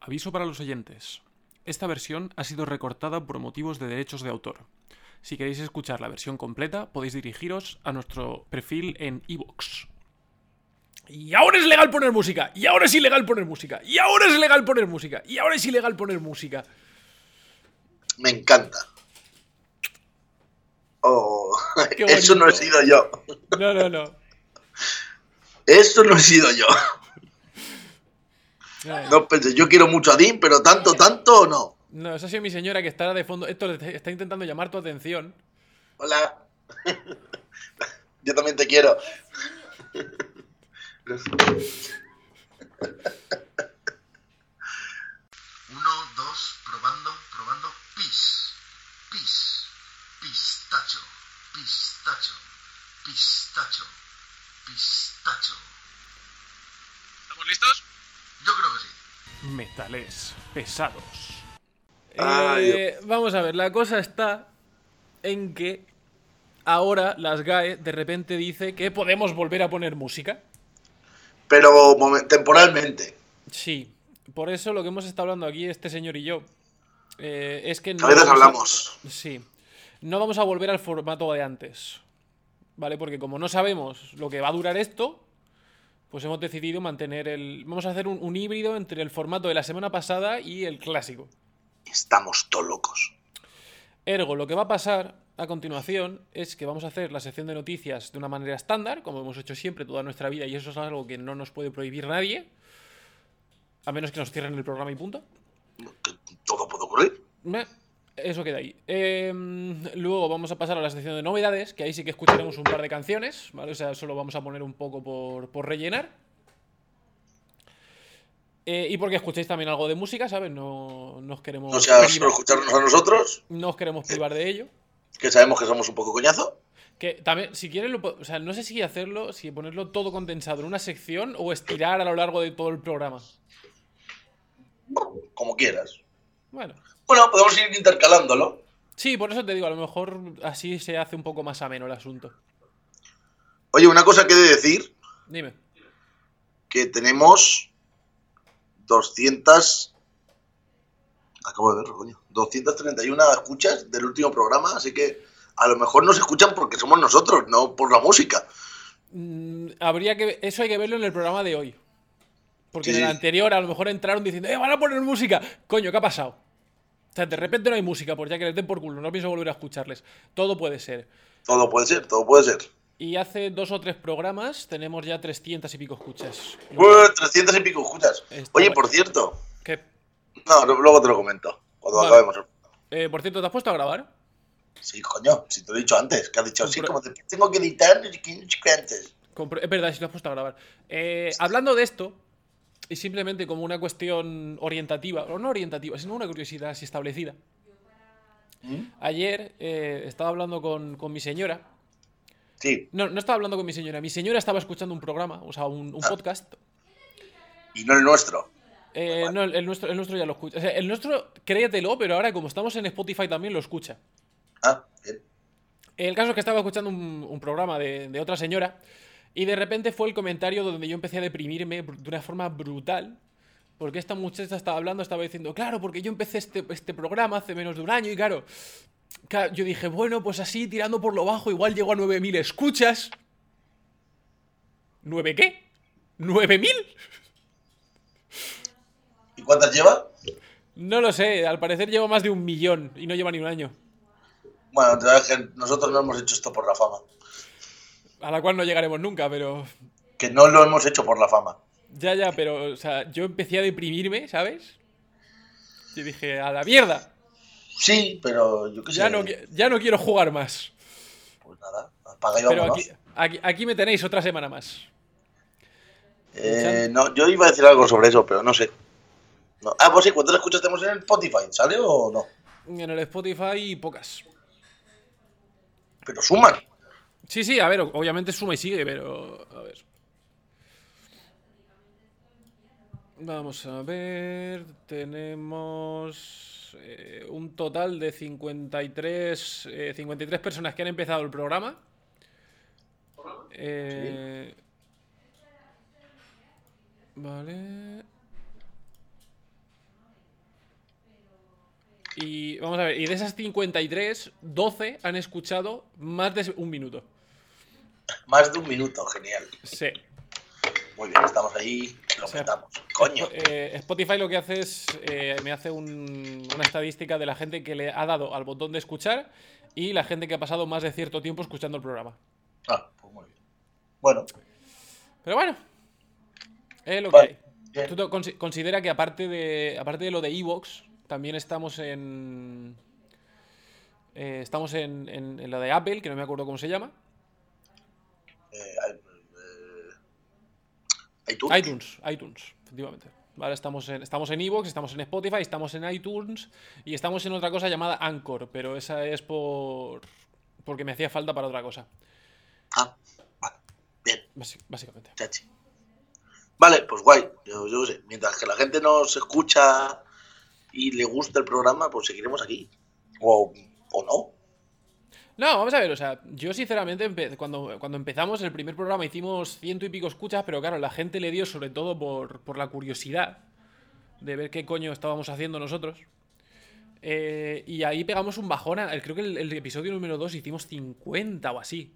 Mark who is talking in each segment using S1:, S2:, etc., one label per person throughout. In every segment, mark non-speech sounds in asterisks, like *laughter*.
S1: Aviso para los oyentes. Esta versión ha sido recortada por motivos de derechos de autor. Si queréis escuchar la versión completa, podéis dirigiros a nuestro perfil en iVoox.
S2: Y ahora es legal poner música. Y ahora es ilegal poner música. Y ahora es legal poner música. Y ahora es ilegal poner música.
S3: Me encanta. Oh,
S2: Qué
S3: *laughs* eso no he
S2: bonito.
S3: sido yo.
S2: No, no, no.
S3: Eso no he sido yo.
S2: No,
S3: No pensé, yo quiero mucho a Dean, pero tanto, tanto no.
S2: no, esa ha sido mi señora que está de fondo. Esto le está intentando llamar tu atención.
S3: Hola. *laughs* Yo también te quiero. *laughs* Uno, dos, probando, probando. Pis, pis, pistacho, pistacho, pistacho, pistacho.
S4: ¿Estamos listos?
S3: Yo creo que sí.
S1: Metales pesados.
S3: Ay,
S2: Eh, vamos a ver, la cosa está en que ahora las GAE de repente dice que podemos volver a poner música.
S3: Pero momen- temporalmente.
S2: Sí, por eso lo que hemos estado hablando aquí, este señor y yo, eh, es que no.
S3: A veces
S2: vamos
S3: hablamos.
S2: Sí, no vamos a volver al formato de antes. ¿Vale? Porque como no sabemos lo que va a durar esto, pues hemos decidido mantener el. Vamos a hacer un, un híbrido entre el formato de la semana pasada y el clásico.
S3: Estamos todos locos.
S2: Ergo, lo que va a pasar a continuación es que vamos a hacer la sección de noticias de una manera estándar, como hemos hecho siempre toda nuestra vida, y eso es algo que no nos puede prohibir nadie. A menos que nos cierren el programa y punto.
S3: Todo puede ocurrir.
S2: Meh, Eso queda ahí. Eh, luego vamos a pasar a la sección de novedades, que ahí sí que escucharemos un par de canciones, ¿vale? O sea, solo vamos a poner un poco por, por rellenar. Eh, y porque escuchéis también algo de música, ¿sabes? No, no os queremos
S3: O sea,
S2: privar-
S3: solo escucharnos a nosotros,
S2: no os queremos privar de ello.
S3: que sabemos que somos un poco coñazo.
S2: Que también, si quieres, lo po- o sea, no sé si hacerlo, si ponerlo todo condensado en una sección o estirar a lo largo de todo el programa.
S3: Como quieras.
S2: Bueno,
S3: Bueno, podemos ir intercalándolo.
S2: sí, por eso te digo, a lo mejor así se hace un poco más ameno el asunto.
S3: Oye, una cosa que he de decir,
S2: Dime.
S3: que tenemos 200... Acabo de verlo, coño. 231 escuchas del último programa, así que a lo mejor nos escuchan porque somos nosotros, no por la música.
S2: Mm, habría que. Eso hay que verlo en el programa de hoy. Porque en
S3: Sí.
S2: el anterior a lo mejor entraron diciendo, ¡eh, van a poner música! Coño, ¿qué ha pasado? O sea, de repente no hay música, pues ya que les den por culo, no pienso volver a escucharles. Todo puede ser.
S3: Todo puede ser, todo puede ser.
S2: Y hace dos o tres programas tenemos ya 300 y pico escuchas. Lo cual-
S3: Bueno, 300 y pico escuchas.
S2: Está
S3: Oye,
S2: bueno.
S3: por cierto...
S2: que,
S3: No, no, luego te lo comento. Cuando
S2: Vale.
S3: acabemos.
S2: eh, por cierto, ¿te has puesto a grabar?
S3: Sí, coño, si te lo he dicho antes, que has dicho así,
S2: Compro-
S3: como te tengo que editar, no sé qué, no sé qué antes.
S2: Compro- Es verdad, si lo has puesto a grabar. Eh, hablando de esto, y simplemente como una cuestión orientativa, o no orientativa, sino una curiosidad así establecida. Ayer eh, estaba hablando con, con mi señora.
S3: Sí,
S2: No, no estaba hablando con mi señora. Mi señora estaba escuchando un programa, o sea, un, un
S3: Ah.
S2: podcast.
S3: y no el nuestro.
S2: Eh, no, el, el nuestro, el nuestro ya lo escucha. O sea, el nuestro, créetelo, pero ahora como estamos en Spotify también lo escucha.
S3: Ah, bien.
S2: El caso es que estaba escuchando un, un programa de, de otra señora y de repente fue el comentario donde yo empecé a deprimirme br- de una forma brutal. Porque esta muchacha estaba hablando, estaba diciendo, claro, porque yo empecé este, este programa hace menos de un año y claro, ca- yo dije, bueno, pues así tirando por lo bajo igual llego a 9.000 escuchas. ¿9 qué? ¿9.000?
S3: ¿Y cuántas lleva?
S2: No lo sé, al parecer llevo más de un millón y no lleva ni un año.
S3: Bueno, te sabes que nosotros no hemos hecho esto por la fama.
S2: A la cual no llegaremos nunca, pero
S3: Que no lo hemos hecho por la fama.
S2: Ya, ya, pero, o sea, yo empecé a deprimirme, ¿sabes? Y dije, a la mierda,
S3: Sí, pero yo qué sé.
S2: ya, no, qui- ya no quiero jugar más.
S3: Pues nada, apaga y
S2: Pero
S3: vámonos.
S2: aquí, aquí, aquí me tenéis otra semana más.
S3: Eh, no, yo iba a decir algo sobre eso, pero no sé. No. Ah, pues sí, ¿cuántas escuchas tenemos en el Spotify? ¿Sale o no?
S2: En el Spotify, pocas.
S3: Pero suman.
S2: Sí, sí, a ver, obviamente suma y sigue, pero. A ver. Vamos a ver. Tenemos. eh, un total de 53, eh, 53 personas que han empezado el programa. Eh, Vale. Y vamos a ver, y de esas 53, 12 han escuchado más de un minuto.
S3: Más de un minuto, genial.
S2: Sí.
S3: Muy bien, estamos ahí, lo
S2: sea,
S3: petamos. Coño.
S2: Eh, Spotify lo que hace es, eh, me hace un- una estadística de la gente que le ha dado al botón de escuchar y la gente que ha pasado más de cierto tiempo escuchando el programa.
S3: Ah, pues muy bien. Bueno,
S2: Pero bueno, es lo que
S3: Vale,
S2: hay.
S3: bien.
S2: Tú te consi- considera que aparte de, aparte de lo de Evox, también estamos en... eh, estamos en, en, en la de Apple, que no me acuerdo cómo se llama.
S3: eh, eh, iTunes.
S2: iTunes, iTunes, efectivamente. Vale, estamos en estamos en iVoox, estamos en Spotify, estamos en iTunes y estamos en otra cosa llamada Anchor, pero esa es por porque me hacía falta para otra cosa,
S3: Ah, vale. Bien,
S2: basi- básicamente.
S3: chachi. Vale, pues guay. Yo, yo qué sé. Mientras que la gente nos escucha y le gusta el programa, pues seguiremos aquí. O, o no.
S2: No, vamos a ver, o sea, yo sinceramente empe- cuando, cuando empezamos el primer programa hicimos ciento y pico escuchas, pero claro, la gente le dio sobre todo por, por la curiosidad de ver qué coño estábamos haciendo nosotros. Eh, y ahí pegamos un bajón, a- creo que el, el episodio número 2 hicimos 50 o así.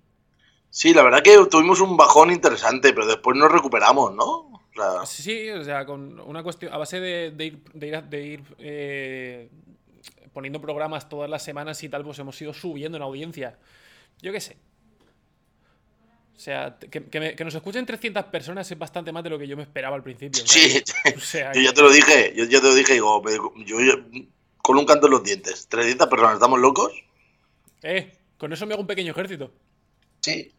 S3: Sí, la verdad que tuvimos un bajón interesante, pero después nos recuperamos, ¿no? O sea,
S2: Ah, Sí, sí, o sea, con una cuestión. A base de, de ir, de ir, a- de ir, eh, poniendo programas todas las semanas y tal, pues hemos ido subiendo en audiencia. Yo qué sé. O sea, t- que, que me- que nos escuchen 300 personas es bastante más de lo que yo me esperaba al principio.
S3: sí,
S2: ¿sabes?
S3: *laughs*
S2: O sea,
S3: yo ya te lo dije. Yo ya te lo dije, digo, me- yo, yo- con un canto en los dientes. 300 personas, ¿estamos locos?
S2: eh, con eso me hago un pequeño ejército.
S3: Sí.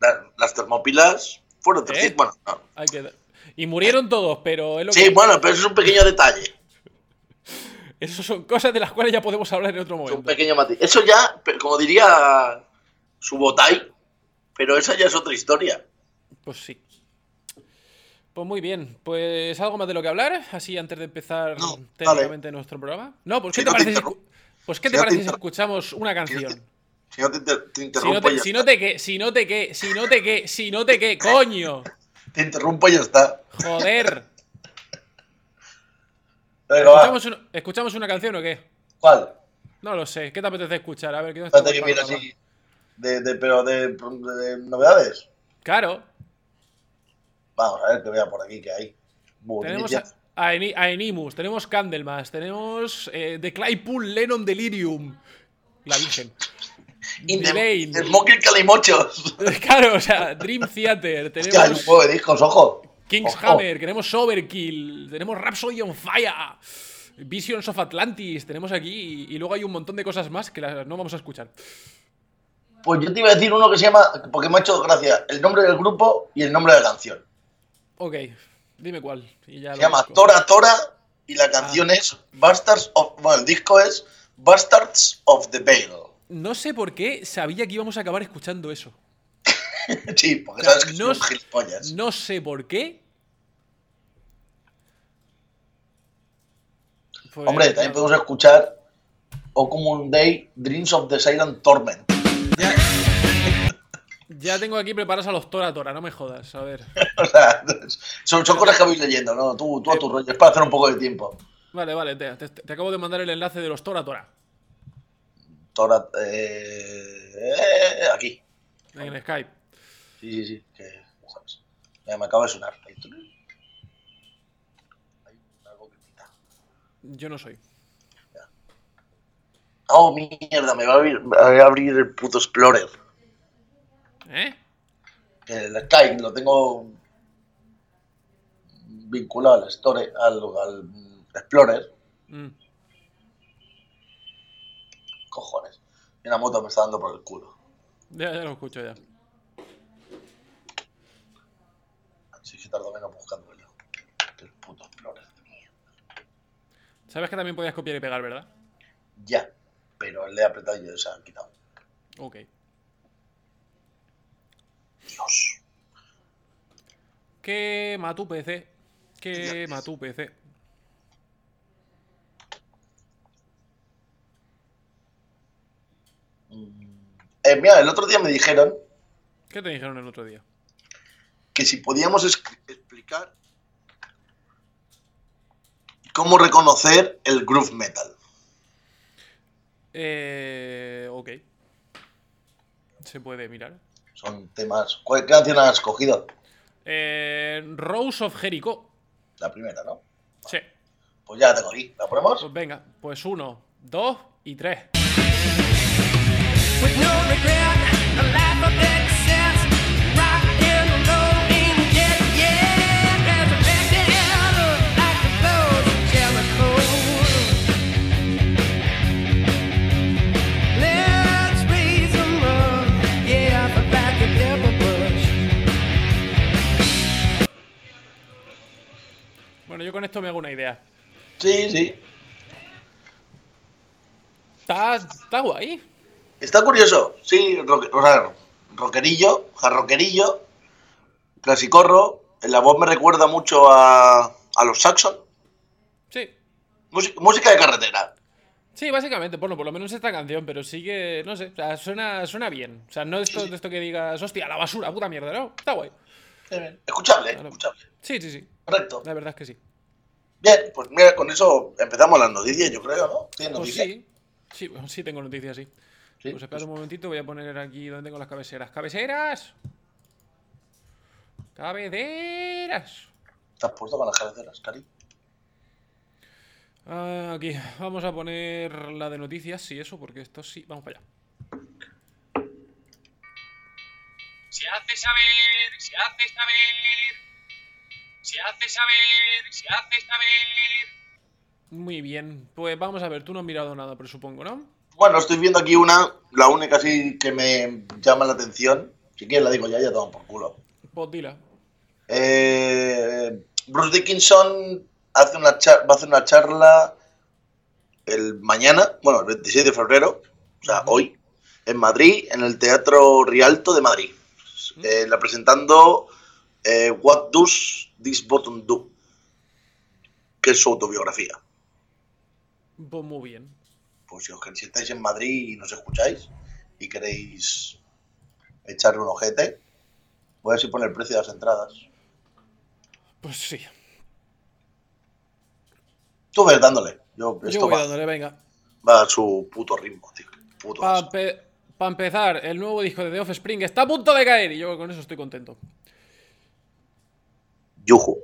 S3: La- las termópilas fueron 300.
S2: ¿Eh?
S3: Bueno, no.
S2: Hay que... Y murieron todos, pero es lo
S3: Sí,
S2: que...
S3: bueno, pero es un pequeño detalle.
S2: Eso son cosas de las cuales ya podemos hablar en otro
S3: Es un
S2: momento.
S3: pequeño matiz. Eso ya, pe- como diría Subotai, pero esa ya es otra historia.
S2: Pues sí. Pues muy bien, pues algo más de lo que hablar, así antes de empezar
S3: No,
S2: técnicamente nuestro programa. No, pues
S3: Si
S2: ¿qué te
S3: no te
S2: parece si,
S3: interrumpo.
S2: escu- pues, ¿qué
S3: Si
S2: te
S3: no te
S2: parece si
S3: interrumpo.
S2: escuchamos una canción?
S3: Si no te, inter- te
S2: Si no
S3: interrumpo,
S2: te,
S3: ya
S2: si
S3: está.
S2: no te que, si no te que, si no te que, si no te que, coño.
S3: te interrumpo y ya está.
S2: Joder.
S3: Venga, va.
S2: ¿Escuchamos, una- escuchamos una canción o qué?
S3: ¿Cuál?
S2: No lo sé, ¿qué te apetece escuchar? A ver, ¿qué nos
S3: Espérate que
S2: toca
S3: mira
S2: para
S3: así. De, de- pero de, de novedades.
S2: hablar? Claro,
S3: Vamos a ver que vea por aquí que hay.
S2: tenemos
S3: Bonilla.
S2: a, a Eni- a Enimus, tenemos Candlemas, tenemos eh, The Claypool Lennon Delirium. La Virgen.
S3: In the-
S2: Delane.
S3: Smoking Calimochos.
S2: *laughs* Claro, o sea, Dream Theater,
S3: Hostia, hay un
S2: tenemos
S3: juego de discos, ojo.
S2: King's
S3: Ojo.
S2: Hammer, tenemos Overkill, tenemos Rhapsody on Fire, Visions of Atlantis, tenemos aquí y, y luego hay un montón de cosas más que las no vamos a escuchar.
S3: Pues yo te iba a decir uno que se llama, porque me ha hecho gracia, el nombre del grupo y el nombre de la canción.
S2: Ok, dime cuál. y ya
S3: Se
S2: lo
S3: llama
S2: busco.
S3: Tora Tora y
S2: Ah.
S3: la canción es Bastards of. Bueno, el disco es Bastards of the Veil. *laughs*
S2: No sé por qué sabía que íbamos a acabar escuchando eso.
S3: sí, porque
S2: O sea,
S3: sabes que
S2: no es-
S3: son gilipollas.
S2: No sé por qué. Pues,
S3: Hombre, también podemos escuchar O Common Day, Dreams of the Silent Torment. *laughs*
S2: ya, ya tengo aquí preparados a los Tora Tora, no me jodas. A
S3: *laughs*
S2: ver.
S3: O sea, son, son cosas que voy leyendo, ¿no? Tú, tú a tu rollo, es para hacer un poco de tiempo.
S2: Vale, vale, te, te- te acabo de mandar el enlace de los Tora Tora
S3: Tora. Eh, eh, aquí.
S2: en Skype.
S3: Sí, sí, sí. Que, ya sabes. Mira, me acaba de sonar. Ahí tú- Hay algo que pita.
S2: Yo no soy.
S3: Oh, mierda, me va a abrir, me va a abrir el puto Explorer.
S2: ¿Eh?
S3: El Skype lo tengo vinculado al, Store, al, al Explorer.
S2: Mm.
S3: Cojones. Y una moto me está dando por el culo.
S2: Ya, ya lo escucho ya.
S3: Así que tardo menos buscándolo. El puto Explorer.
S2: Sabes que también podías copiar y pegar, ¿verdad?
S3: Ya. Pero le he apretado y ya se ha quitado.
S2: Ok.
S3: Dios.
S2: Quema tu PC. Quema tu PC.
S3: Eh, mira, el otro día me dijeron
S2: ¿Qué te dijeron el otro día?
S3: que si podíamos es- explicar ¿Cómo reconocer el groove metal?
S2: Eh, ok. Se puede mirar.
S3: Son temas. ¿Cuál canción has cogido?
S2: Eh, Rose of Jericho.
S3: La primera, ¿no?
S2: Sí.
S3: Pues ya te cogí. ¿La ponemos?
S2: Pues venga, pues uno, dos y tres.
S5: With no regret, a life of excess, rock and roll ain't dead yet. Resurrected hell like the flows of Jericho. Let's raise 'em up, yeah, for back the devil bush.
S2: Bueno, yo con esto me hago una idea.
S3: Sí, sí.
S2: Está, está guay.
S3: Está curioso. Sí, rock, o sea, rockerillo, jarroquerillo, clasicorro. En la voz me recuerda mucho a, a los Saxon.
S2: Sí.
S3: Música, música de carretera.
S2: Sí, básicamente, bueno, por lo menos esta canción, pero sí que, no sé, o sea, suena, suena bien. O sea, no es esto, de esto que digas, hostia, la basura, puta mierda, no, está guay.
S3: Escuchable,
S2: Claro.
S3: escuchable.
S2: Sí, sí, sí,
S3: Correcto.
S2: la verdad es que sí.
S3: Bien, pues mira, con eso empezamos las noticias, yo creo, ¿no? ¿Tienes
S2: Pues
S3: noticias?
S2: sí, sí, bueno, sí tengo noticias, sí.
S3: Sí,
S2: Pues espera un momentito, voy a poner aquí donde tengo las cabeceras. ¡Cabeceras! ¡Cabeceras!
S3: ¿Te has puesto con las carreteras, Cari?
S2: Ah, aquí, vamos a poner la de noticias y eso, porque esto sí, vamos para allá.
S4: Se hace saber, se hace saber. Se hace saber, se hace saber.
S2: Muy bien, pues vamos a ver, tú no has mirado nada, pero supongo, ¿no?
S3: Bueno, estoy viendo aquí una, la única así que me llama la atención. Si quieres la digo ya, ya toman por culo.
S2: Pues dila.
S3: Eh, Bruce Dickinson hace una cha- va a hacer una charla el mañana, bueno, el 26 de febrero, o sea, hoy, en Madrid, en el Teatro Rialto de Madrid. Eh, la presentando eh, What Does This Button Do? Que es su autobiografía.
S2: Pues muy bien.
S3: Pues si, os, si estáis en Madrid y nos escucháis y queréis echarle un ojete, voy a ver si pone el precio de las entradas.
S2: Pues sí.
S3: Tú ves dándole. Yo,
S2: Yo
S3: esto
S2: voy
S3: va,
S2: dándole, venga.
S3: va a su puto ritmo, tío. Puto
S2: Para
S3: asco.
S2: empezar, el nuevo disco de The Offspring está a punto de caer y yo con eso estoy contento.
S3: Yuju.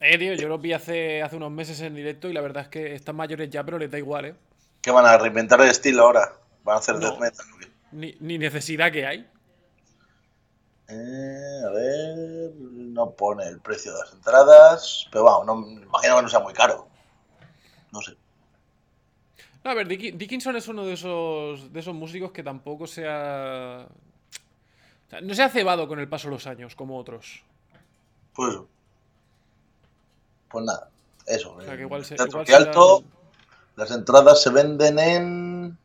S2: Eh, tío, yo los vi hace, hace unos meses en directo y la verdad es que están mayores ya, pero les da igual, ¿eh?
S3: ¿Qué van a reinventar el estilo ahora? ¿Van a hacer
S2: No.
S3: death metal? o qué?
S2: Ni, ni necesidad que hay.
S3: Eh, a ver. No pone el precio de las entradas. Pero vamos, no, me imagino que no sea muy caro. No sé.
S2: No, a ver, Dicki- Dickinson es uno de esos, de esos músicos que tampoco se ha... o sea, no se ha cebado con el paso de los años como otros.
S3: Pues eso. Pues nada. Eso.
S2: sea, que
S3: en
S2: igual se-
S3: Teatro
S2: igual
S3: Rialto,
S2: será-
S3: Las entradas se venden en.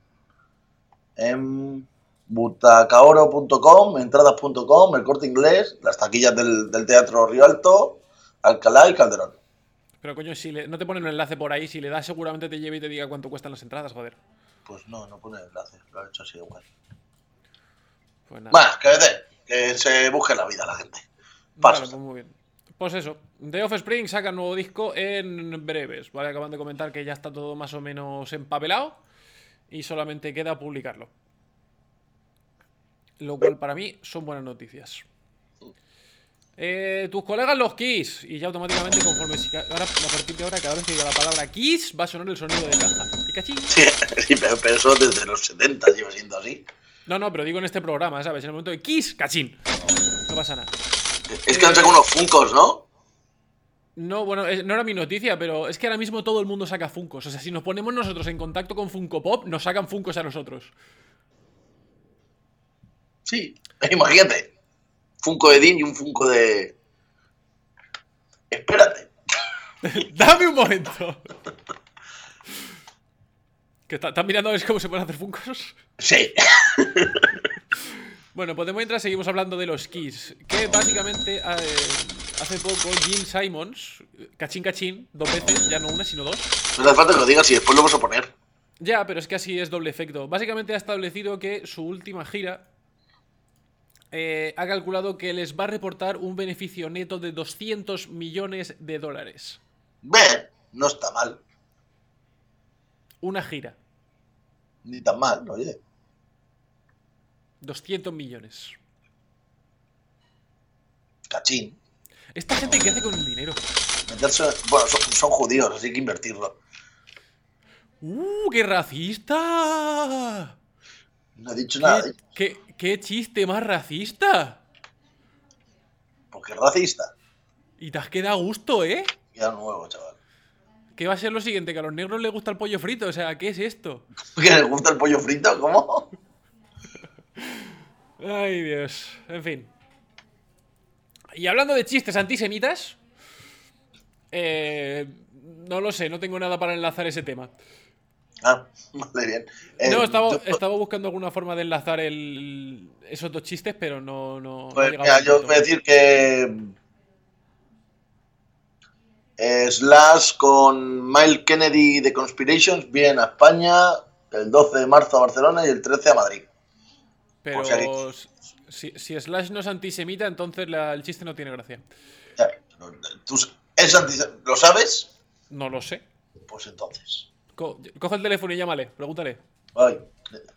S3: En butacaoro.com, entradas.com, el corte inglés, las taquillas del, del Teatro Río Alto, Alcalá y Calderón.
S2: Pero coño, si le- no te ponen un enlace por ahí, si le das seguramente te lleve y te diga cuánto cuestan las entradas, joder.
S3: Pues no, no pone enlace, lo ha hecho así de guay.
S2: Pues nada.
S3: Bueno, que, vete, que se busque la vida la gente. *laughs*
S2: Vale,
S3: Paso.
S2: pues muy bien. Pues eso, The Offspring saca nuevo disco en breves, ¿vale? Acaban de comentar que ya está todo más o menos empapelado y solamente queda publicarlo. Lo cual para mí son buenas noticias. Eh, tus colegas los Kiss y ya automáticamente conforme si ca- ahora, a partir de ahora cada vez que diga la palabra Kiss va a sonar el sonido de caja. Pikachu.
S3: Sí, sí, pero, pero eso desde los 70 lleva siendo así.
S2: No, no, pero digo en este programa, ¿sabes? En el momento de Kiss, cachín. No pasa nada.
S3: Es que han sacado unos funcos, ¿no?
S2: No, bueno, es- no era mi noticia, pero es que ahora mismo todo el mundo saca Funcos. O sea, si nos ponemos nosotros en contacto con Funko Pop, nos sacan Funcos a nosotros. *laughs*
S3: Sí. *laughs* Imagínate. Funko de Dean y un funco de. Espérate.
S2: ¡Dame un momento! que está- están mirando a ver cómo se pueden hacer Funcos.
S3: Sí. *laughs*
S2: Bueno, pues de mientras seguimos hablando de los Kiss, que básicamente eh, hace poco Jim Simons, cachín cachín, dos veces, ya no una sino dos,
S3: No hace falta que lo digas y después lo vas a poner.
S2: Ya, pero es que así es doble efecto. Básicamente ha establecido que su última gira eh, ha calculado que les va a reportar un beneficio neto de 200 millones de dólares.
S3: Ve. no está mal,
S2: Una gira.
S3: ni tan mal, oye.
S2: 200 millones.
S3: Cachín.
S2: Esta gente que hace con el dinero.
S3: Meterse, bueno, son, son judíos, así que invertirlo.
S2: ¡Uh, qué racista!
S3: No he dicho nada,
S2: ¿Qué,
S3: ¿eh?
S2: qué- qué chiste más racista?
S3: porque es racista.
S2: Y te has quedado a gusto, ¿eh?
S3: Ya nuevo, chaval. *laughs*
S2: ¿Qué va a ser lo siguiente? Que a los negros les gusta el pollo frito. O sea, ¿qué es esto?
S3: ¿Que les gusta el pollo frito? ¿Cómo? *laughs*
S2: Ay, Dios. En fin. Y hablando de chistes antisemitas. Eh, no lo sé, no tengo nada para enlazar ese tema.
S3: Ah, *laughs* vale, bien. Eh,
S2: No, estaba,
S3: yo-
S2: estaba buscando alguna forma de enlazar el, esos dos chistes, pero no. no, no
S3: Pues
S2: llegaba
S3: mira,
S2: al
S3: yo
S2: punto.
S3: voy a decir que. eh, Slash con Mile Kennedy de Conspirations viene a España el 12 de marzo a Barcelona y el 13 a Madrid.
S2: Pero
S3: o sea que-
S2: si, si Slash no es antisemita, entonces la- el chiste no tiene gracia.
S3: Ya, pero, ¿tú s- es anti- ¿Lo sabes?
S2: No lo sé.
S3: Pues entonces.
S2: Co- coge el teléfono y llámale, pregúntale.
S3: Ay,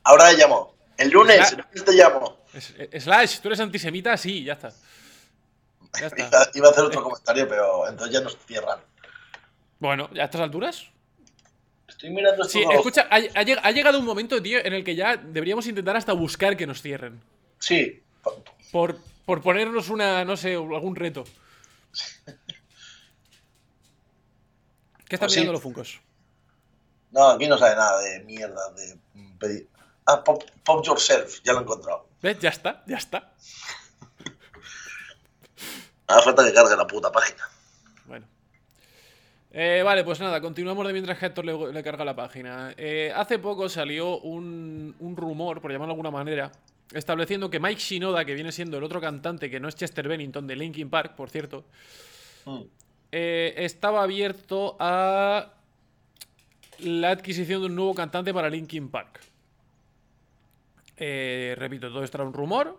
S3: ahora le llamo. El lunes,
S2: Sla-
S3: el lunes te llamo.
S2: Es- eh, Slash, ¿tú eres antisemita? Sí, ya está. Ya
S3: Iba, *laughs*
S2: está.
S3: iba a hacer otro comentario, pero entonces ya nos cierran.
S2: Bueno, ¿a estas alturas?
S3: Estoy mirando estos
S2: Sí,
S3: dos-
S2: escucha, ha, ha lleg- ha llegado un momento, tío, en el que ya deberíamos intentar hasta buscar que nos cierren.
S3: Sí, pa-
S2: Por, por ponernos una, no sé, algún reto. ¿Qué están
S3: Pues sí.
S2: mirando los Funcos?
S3: No, aquí no sabe nada de mierda, de pedir. Ah, pop, Pop yourself, ya lo he encontrado.
S2: ¿Ves? Ya está, ya está.
S3: Hace falta que cargue la puta página.
S2: Bueno. Eh, vale, pues nada, continuamos de mientras que Héctor le, le carga la página. Eh, hace poco salió un, un rumor, por llamarlo de alguna manera, estableciendo que Mike Shinoda, que viene siendo el otro cantante que no es Chester Bennington de Linkin Park, por cierto,
S3: Mm.
S2: eh, estaba abierto a la adquisición de un nuevo cantante para Linkin Park. Eh, repito, todo esto era un rumor.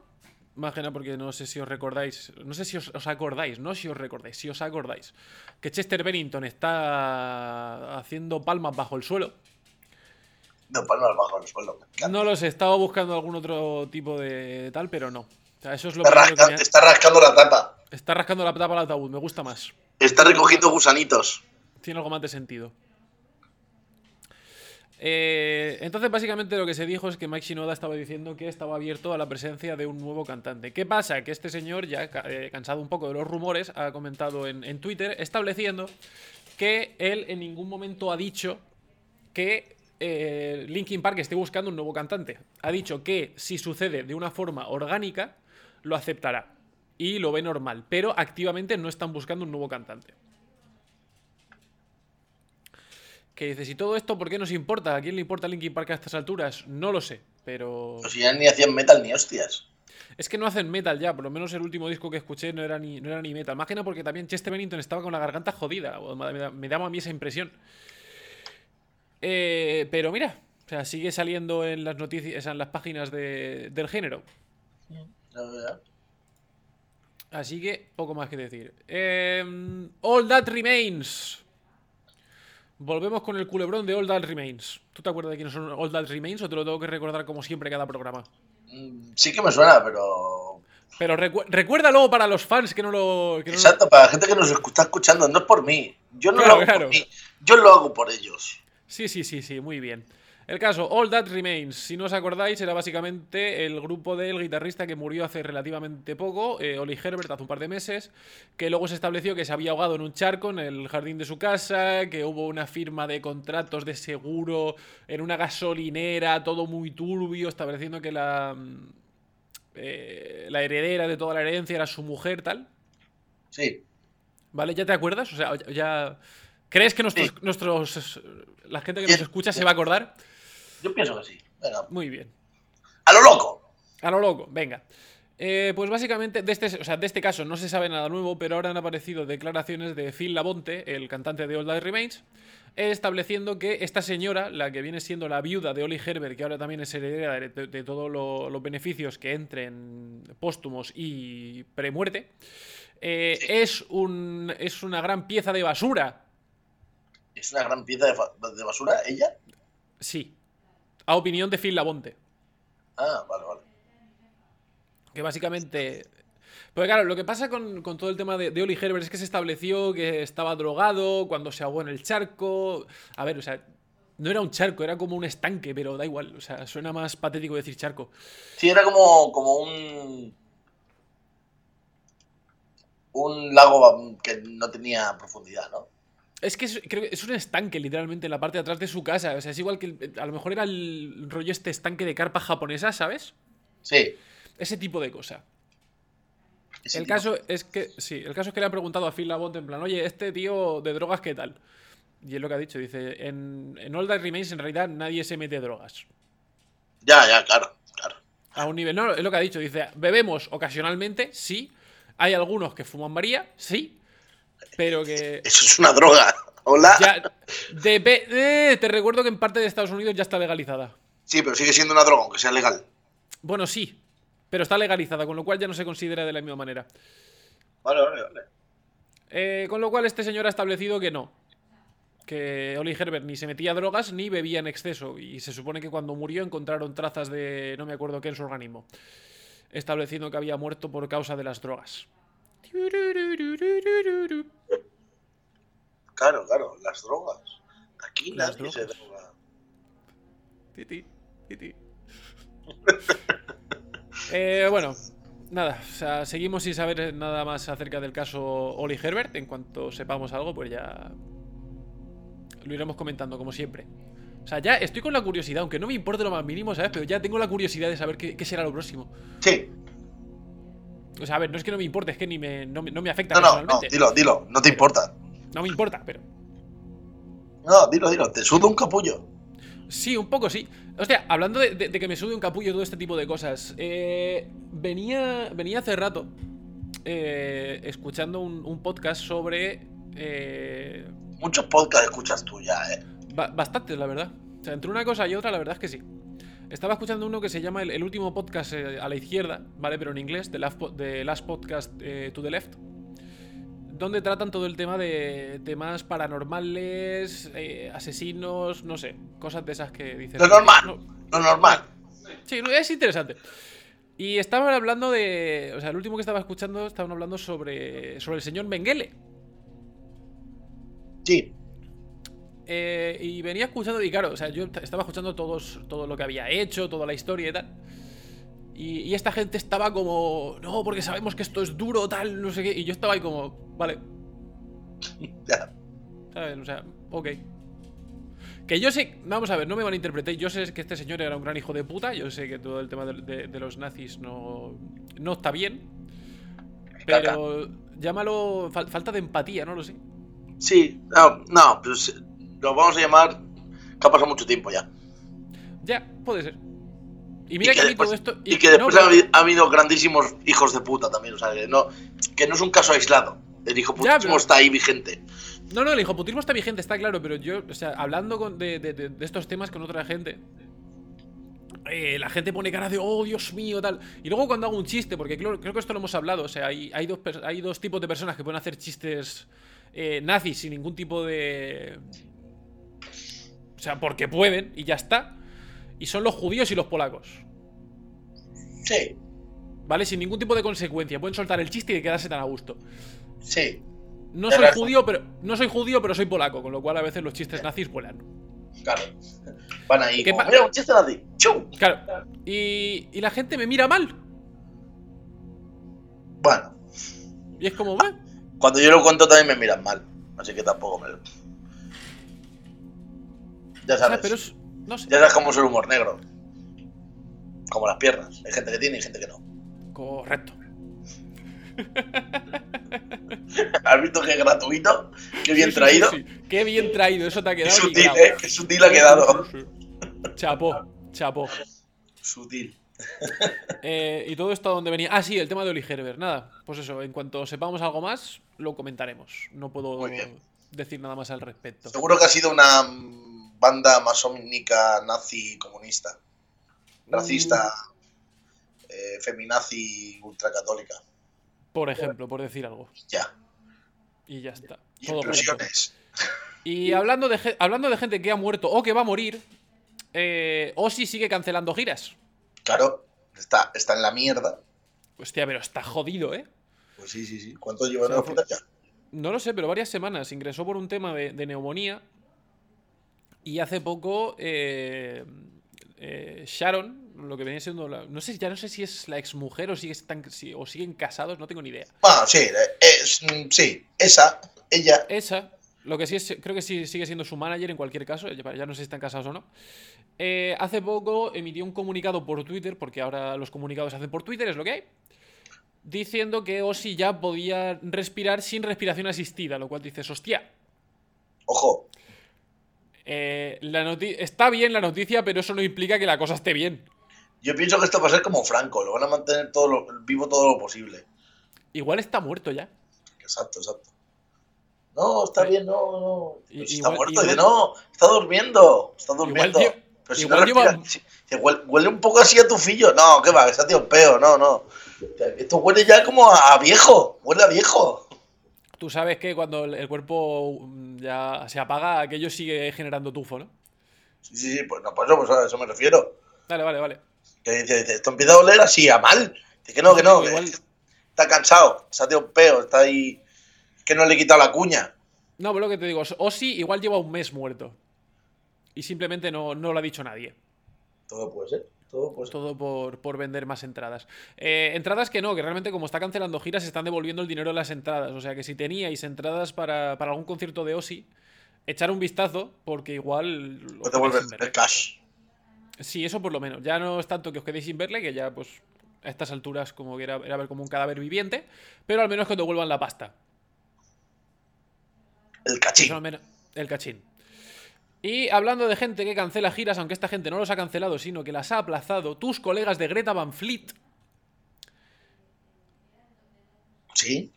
S2: Más que nada porque no sé si os recordáis, no sé si os, os acordáis, no si os recordáis, si os acordáis, que Chester Bennington está haciendo palmas bajo el suelo.
S3: No, para no bajo el suelo. me encanta.
S2: No los estaba buscando algún otro tipo de tal, pero no. O sea, eso es lo
S3: Está,
S2: primero que
S3: rasca-
S2: me ha-
S3: está rascando la tapa.
S2: Está rascando la tapa al ataúd, me gusta más.
S3: Está recogiendo gusanitos.
S2: tiene algo más de sentido. Eh, entonces, básicamente lo que se dijo es que Mike Shinoda estaba diciendo que estaba abierto a la presencia de un nuevo cantante. ¿Qué pasa? Que este señor, ya ca- eh, cansado un poco de los rumores, ha comentado en, en Twitter estableciendo que él en ningún momento ha dicho que eh, Linkin Park esté buscando un nuevo cantante. Ha dicho que si sucede de una forma orgánica, lo aceptará y lo ve normal, pero activamente no están buscando un nuevo cantante que dices, ¿y todo esto por qué nos importa? ¿A quién le importa Linkin Park a estas alturas? No lo sé, pero...
S3: Pues si ya ni hacían metal ni hostias.
S2: Es que no hacen metal ya, por lo menos el último disco que escuché no era ni, no era ni metal. Más que nada porque también Chester Bennington estaba con la garganta jodida, o me, da- me daba a mí esa impresión. Eh, pero mira, o sea, sigue saliendo en las noticias, en las páginas de- del género.
S3: Ya, ya.
S2: Así que poco más que decir. Eh, All That Remains. Volvemos con el culebrón de All That Remains. ¿Tú te acuerdas de quiénes son All That Remains o te lo tengo que recordar como siempre cada programa?
S3: Mm, Sí que me suena, pero.
S2: Pero recu- recuérdalo para los fans que no lo... que no lo-
S3: Exacto, para la gente que nos está escuchando, no es por mí. Yo no
S2: Claro,
S3: lo hago
S2: claro.
S3: por mí. Yo lo hago por ellos.
S2: Sí, sí, sí, sí, muy bien. El caso, All That Remains, si no os acordáis, era básicamente el grupo del guitarrista que murió hace relativamente poco, eh, Oli Herbert, hace un par de meses, que luego se estableció que se había ahogado en un charco en el jardín de su casa, que hubo una firma de contratos de seguro en una gasolinera, todo muy turbio, estableciendo que la, mm, eh, la heredera de toda la herencia era su mujer, tal.
S3: Sí.
S2: ¿Vale? ¿Ya te acuerdas? O sea, ya... ¿Crees que nuestros,
S3: Sí.
S2: nuestros, la gente que
S3: Sí.
S2: nos escucha se va a acordar?
S3: Yo pienso que sí. Venga,
S2: Muy bien.
S3: a lo loco.
S2: A lo loco, venga. Eh, pues básicamente, de este, o sea, de este caso no se sabe nada nuevo, pero ahora han aparecido declaraciones de Phil Labonte, el cantante de All That Remains, estableciendo que esta señora, la que viene siendo la viuda de Oli Herbert, que ahora también es heredera de, de- de todos lo- los beneficios que entren póstumos y premuerte, eh, es, un, es una gran pieza de basura
S3: es una gran pieza de, fa- de basura, ella.
S2: Sí. A opinión de Phil Labonte.
S3: Ah, vale, vale.
S2: Que básicamente. Pues claro, lo que pasa con, con todo el tema de, de Oli Herbert es que se estableció que estaba drogado cuando se ahogó en el charco. A ver, o sea, no era un charco, era como un estanque, pero da igual. O sea, suena más patético decir charco.
S3: Sí, era como, como un. Un lago que no tenía profundidad, ¿no?
S2: Es que es, creo que es un estanque, literalmente, en la parte de atrás de su casa. O sea, es igual que. el- a lo mejor era el rollo este estanque de carpa japonesa, ¿sabes?
S3: Sí.
S2: Ese tipo de cosa.
S3: ese
S2: El
S3: tipo.
S2: caso es que, sí, el caso es que le han preguntado a Phil Labonte en plan, oye, este tío de drogas, ¿qué tal? Y es lo que ha dicho, dice, en, en All That Remains en realidad nadie se mete drogas.
S3: Ya, ya, claro, claro.
S2: A un nivel, no, es lo que ha dicho, dice, bebemos ocasionalmente, sí, hay algunos que fuman María, sí, pero que...
S3: Eso es una droga. *laughs* Hola.
S2: Ya, de- de- eh, te recuerdo que en parte de Estados Unidos ya está legalizada.
S3: Sí, pero sigue siendo una droga, aunque sea legal.
S2: Bueno, sí, pero está legalizada, con lo cual ya no se considera de la misma manera.
S3: Vale, vale, vale.
S2: Eh, con lo cual, este señor ha establecido que no. Que Oli Herbert ni se metía drogas ni bebía en exceso. Y se supone que cuando murió encontraron trazas de no me acuerdo qué en su organismo. Estableciendo que había muerto por causa de las drogas.
S3: Claro, claro, las drogas. Aquí
S2: Las
S3: nadie se droga.
S2: Titi, titi. Eh, bueno, nada. O sea, seguimos sin saber nada más acerca del caso Oli Herbert. En cuanto sepamos algo, pues ya. Lo iremos comentando, como siempre. O sea, ya estoy con la curiosidad, aunque no me importe lo más mínimo, ¿sabes? Pero ya tengo la curiosidad de saber qué, qué será lo próximo.
S3: Sí,
S2: O sea, a ver, no es que no me importe, es que ni me, no, me- no me afecta
S3: no, no, no,
S2: personalmente.
S3: dilo, dilo, no te importa.
S2: No me importa, pero.
S3: No, dilo, dilo, te suda un capullo.
S2: Sí, un poco sí. Hostia, hablando de, de- de que me sube un capullo todo este tipo de cosas. eh, venía, venía hace rato eh, escuchando un, un podcast sobre. eh,
S3: Muchos podcasts escuchas tú ya, ¿eh?
S2: ba- bastantes, la verdad. O sea, entre una cosa y otra, la verdad es que sí. Estaba escuchando uno que se llama El, el último podcast eh, a la izquierda, ¿vale? Pero en inglés, The Last, Po- The Last Podcast eh, to the Left. Donde tratan todo el tema de temas paranormales, eh, asesinos, no sé, cosas de esas que dicen.
S3: Lo normal.
S2: No,
S3: Lo normal.
S2: Sí, no, es interesante. Y estaban hablando de. O sea, el último que estaba escuchando estaban hablando sobre. sobre el señor Mengele. Ah.
S3: Sí, *laughs*
S2: Eh, y venía escuchando, y claro, o sea, yo t- estaba escuchando todos, todo lo que había hecho, toda la historia y tal. Y, y esta gente estaba como. No, porque sabemos que esto es duro, tal, no sé qué. Y yo estaba ahí como. Vale,
S3: ya.
S2: ¿sabes? O sea, ok. Que yo sé, vamos a ver, no me malinterpretéis, yo sé que este señor era un gran hijo de puta, yo sé que todo el tema de, de- de los nazis no, no está bien, pero llámalo fal- falta de empatía, no lo sé.
S3: Sí, no, no, pues eh, lo vamos a llamar. Que ha pasado mucho tiempo ya.
S2: Ya, puede ser. Y mira
S3: Y
S2: que,
S3: que
S2: a mí
S3: después-
S2: todo esto...
S3: Y que después
S2: no,
S3: ha,
S2: pero-
S3: habido, ha habido grandísimos hijos de puta también, o sea, que no, que no es un caso aislado. El hijo putismo
S2: pero-
S3: está ahí vigente.
S2: No, no, el hijoputismo está vigente, está claro, pero yo, o sea, hablando con- de, de- de- de estos temas con otra gente, eh, la gente pone cara de, oh, Dios mío, tal. Y luego cuando hago un chiste, porque creo, creo que esto lo hemos hablado, o sea, hay, hay dos, pers- hay dos tipos de personas que pueden hacer chistes eh, nazis sin ningún tipo de... O sea, porque pueden y ya está. Y son los judíos y los polacos.
S3: Sí,
S2: ¿Vale? Sin ningún tipo de consecuencia. Pueden soltar el chiste y quedarse tan a gusto.
S3: sí.
S2: No
S3: Tienes
S2: soy
S3: razón.
S2: judío, pero. No soy judío, pero soy polaco, con lo cual a veces los chistes nazis vuelan.
S3: Claro. Van ahí.
S2: ¿Qué
S3: como,
S2: pa-
S3: Mira, un chiste nazi. ¡Chu!
S2: Claro. Y, y la gente me mira mal.
S3: Bueno,
S2: Y es
S3: Ah,
S2: como, va.
S3: cuando yo lo cuento también me miran mal. Así que tampoco me lo. Ya sabes.
S2: Pero es. No sé.
S3: Ya sabes cómo es el humor negro. Como las piernas. Hay gente que tiene y gente que no. *laughs*
S2: Correcto.
S3: ¿Has visto que es gratuito? Qué bien
S2: Sí, sí,
S3: traído.
S2: sí, sí. Qué bien traído, eso te ha
S3: Qué
S2: quedado.
S3: sutil,
S2: ligrado.
S3: eh. Qué sutil ha quedado.
S2: Sí, sí, sí. Chapó, chapó.
S3: Sutil.
S2: Eh, y todo esto a donde venía. Ah, sí, el tema de Oli Herbert. Nada, pues eso, en cuanto sepamos algo más, lo comentaremos. No puedo
S3: Muy bien.
S2: decir nada más al respecto.
S3: Seguro que ha sido una mm, banda masónica nazi comunista. Mm. Racista. eh, feminazi ultracatólica.
S2: Por ejemplo, por decir algo.
S3: Ya.
S2: Y ya está.
S3: Y
S2: Todo junto.
S3: explosiones.
S2: Y hablando de, ge- hablando de gente que ha muerto o que va a morir, eh, Ozzy sigue cancelando giras.
S3: Claro, está, está en la mierda.
S2: Hostia, pero está jodido, ¿eh?
S3: Pues sí, sí, sí. ¿Cuánto llevan
S2: Sí,
S3: en el hospital ya?
S2: No lo sé, pero varias semanas. Ingresó por un tema de, de neumonía. Y hace poco eh, eh, Sharon, lo que venía siendo la- No sé, ya no sé si es la exmujer o, sigue tan- si- o siguen casados, no tengo ni idea.
S3: Ah, sí, eh, es, mm, sí, esa, ella,
S2: Esa, lo que sí es, creo que sí sigue siendo su manager en cualquier caso, ya ya no sé si están casados o no. Eh, hace poco emitió un comunicado por Twitter, porque ahora los comunicados se hacen por Twitter, es lo que hay. Diciendo que Ozzy ya podía respirar sin respiración asistida, lo cual dices, hostia,
S3: ojo,
S2: Eh, la noti- está bien la noticia, pero eso no implica que la cosa esté bien.
S3: yo pienso que esto va a ser como Franco, lo van a mantener todo lo- vivo todo lo posible.
S2: Igual está muerto ya.
S3: Exacto, exacto. No, está
S2: Eh,
S3: bien, no, no.
S2: i-
S3: Pero si
S2: igual-
S3: está muerto,
S2: igual-
S3: dice, no, está durmiendo, está
S2: Igual,
S3: durmiendo.
S2: lle-
S3: Pero si
S2: igual
S3: no
S2: lleva-
S3: respira, si- si huele, huele un poco así a tu fillo. No, qué va, que se ha un peo, no, no. Esto huele ya como a, a viejo, huele a viejo.
S2: tú sabes que cuando el- el cuerpo mm, ya se apaga, aquello sigue generando tufo, ¿no?
S3: Sí, sí, sí, pues no, por eso, pues a eso me refiero.
S2: Vale, vale, vale.
S3: Que dice, dice, esto empieza a oler así, a mal. Dice que no, que no, que
S2: Igual-
S3: está cansado, se ha tirado un peo, está ahí. Que no le he quitado la cuña.
S2: No, pero lo que te digo, Ozzy igual lleva un mes muerto. Y simplemente no, no lo ha dicho nadie.
S3: Todo puede ser, todo puede ser.
S2: Todo por, por vender más entradas. Eh, entradas que no, que realmente como está cancelando giras, se están devolviendo el dinero de las entradas. O sea que si teníais entradas para, para algún concierto de Ozzy, echar un vistazo, porque igual. os
S3: No te
S2: quedáis
S3: vuelves
S2: sin verle.
S3: el cash.
S2: Sí, eso por lo menos. Ya no es tanto que os quedéis sin verle, que ya pues a estas alturas como que era, era ver como un cadáver viviente, pero al menos que os devuelvan la pasta.
S3: El
S2: Eso
S3: cachín.
S2: al menos- el cachín. Y hablando de gente que cancela giras, aunque esta gente no los ha cancelado, sino que las ha aplazado, tus colegas de Greta Van Fleet.
S3: Sí.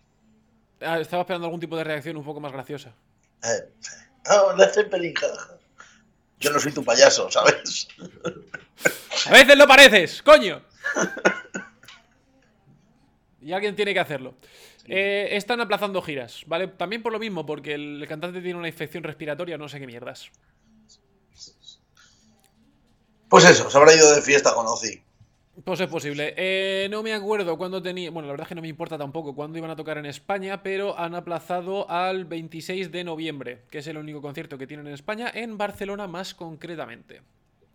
S2: Ah, estaba esperando algún tipo de reacción un poco más graciosa.
S3: Eh, ah, la Zeppelin, jaja. Yo no soy tu payaso, ¿sabes?
S2: ¡A veces lo pareces! ¡Coño! Y alguien tiene que hacerlo. Eh, están aplazando giras, ¿vale? También por lo mismo, porque el cantante tiene una infección respiratoria, no sé qué mierdas.
S3: Pues eso, se habrá ido de fiesta con Ozzy.
S2: Pues es posible. Eh, no me acuerdo cuándo tenía. Bueno, la verdad es que no me importa tampoco cuándo iban a tocar en España, pero han aplazado al 26 de noviembre, que es el único concierto que tienen en España, en Barcelona más concretamente.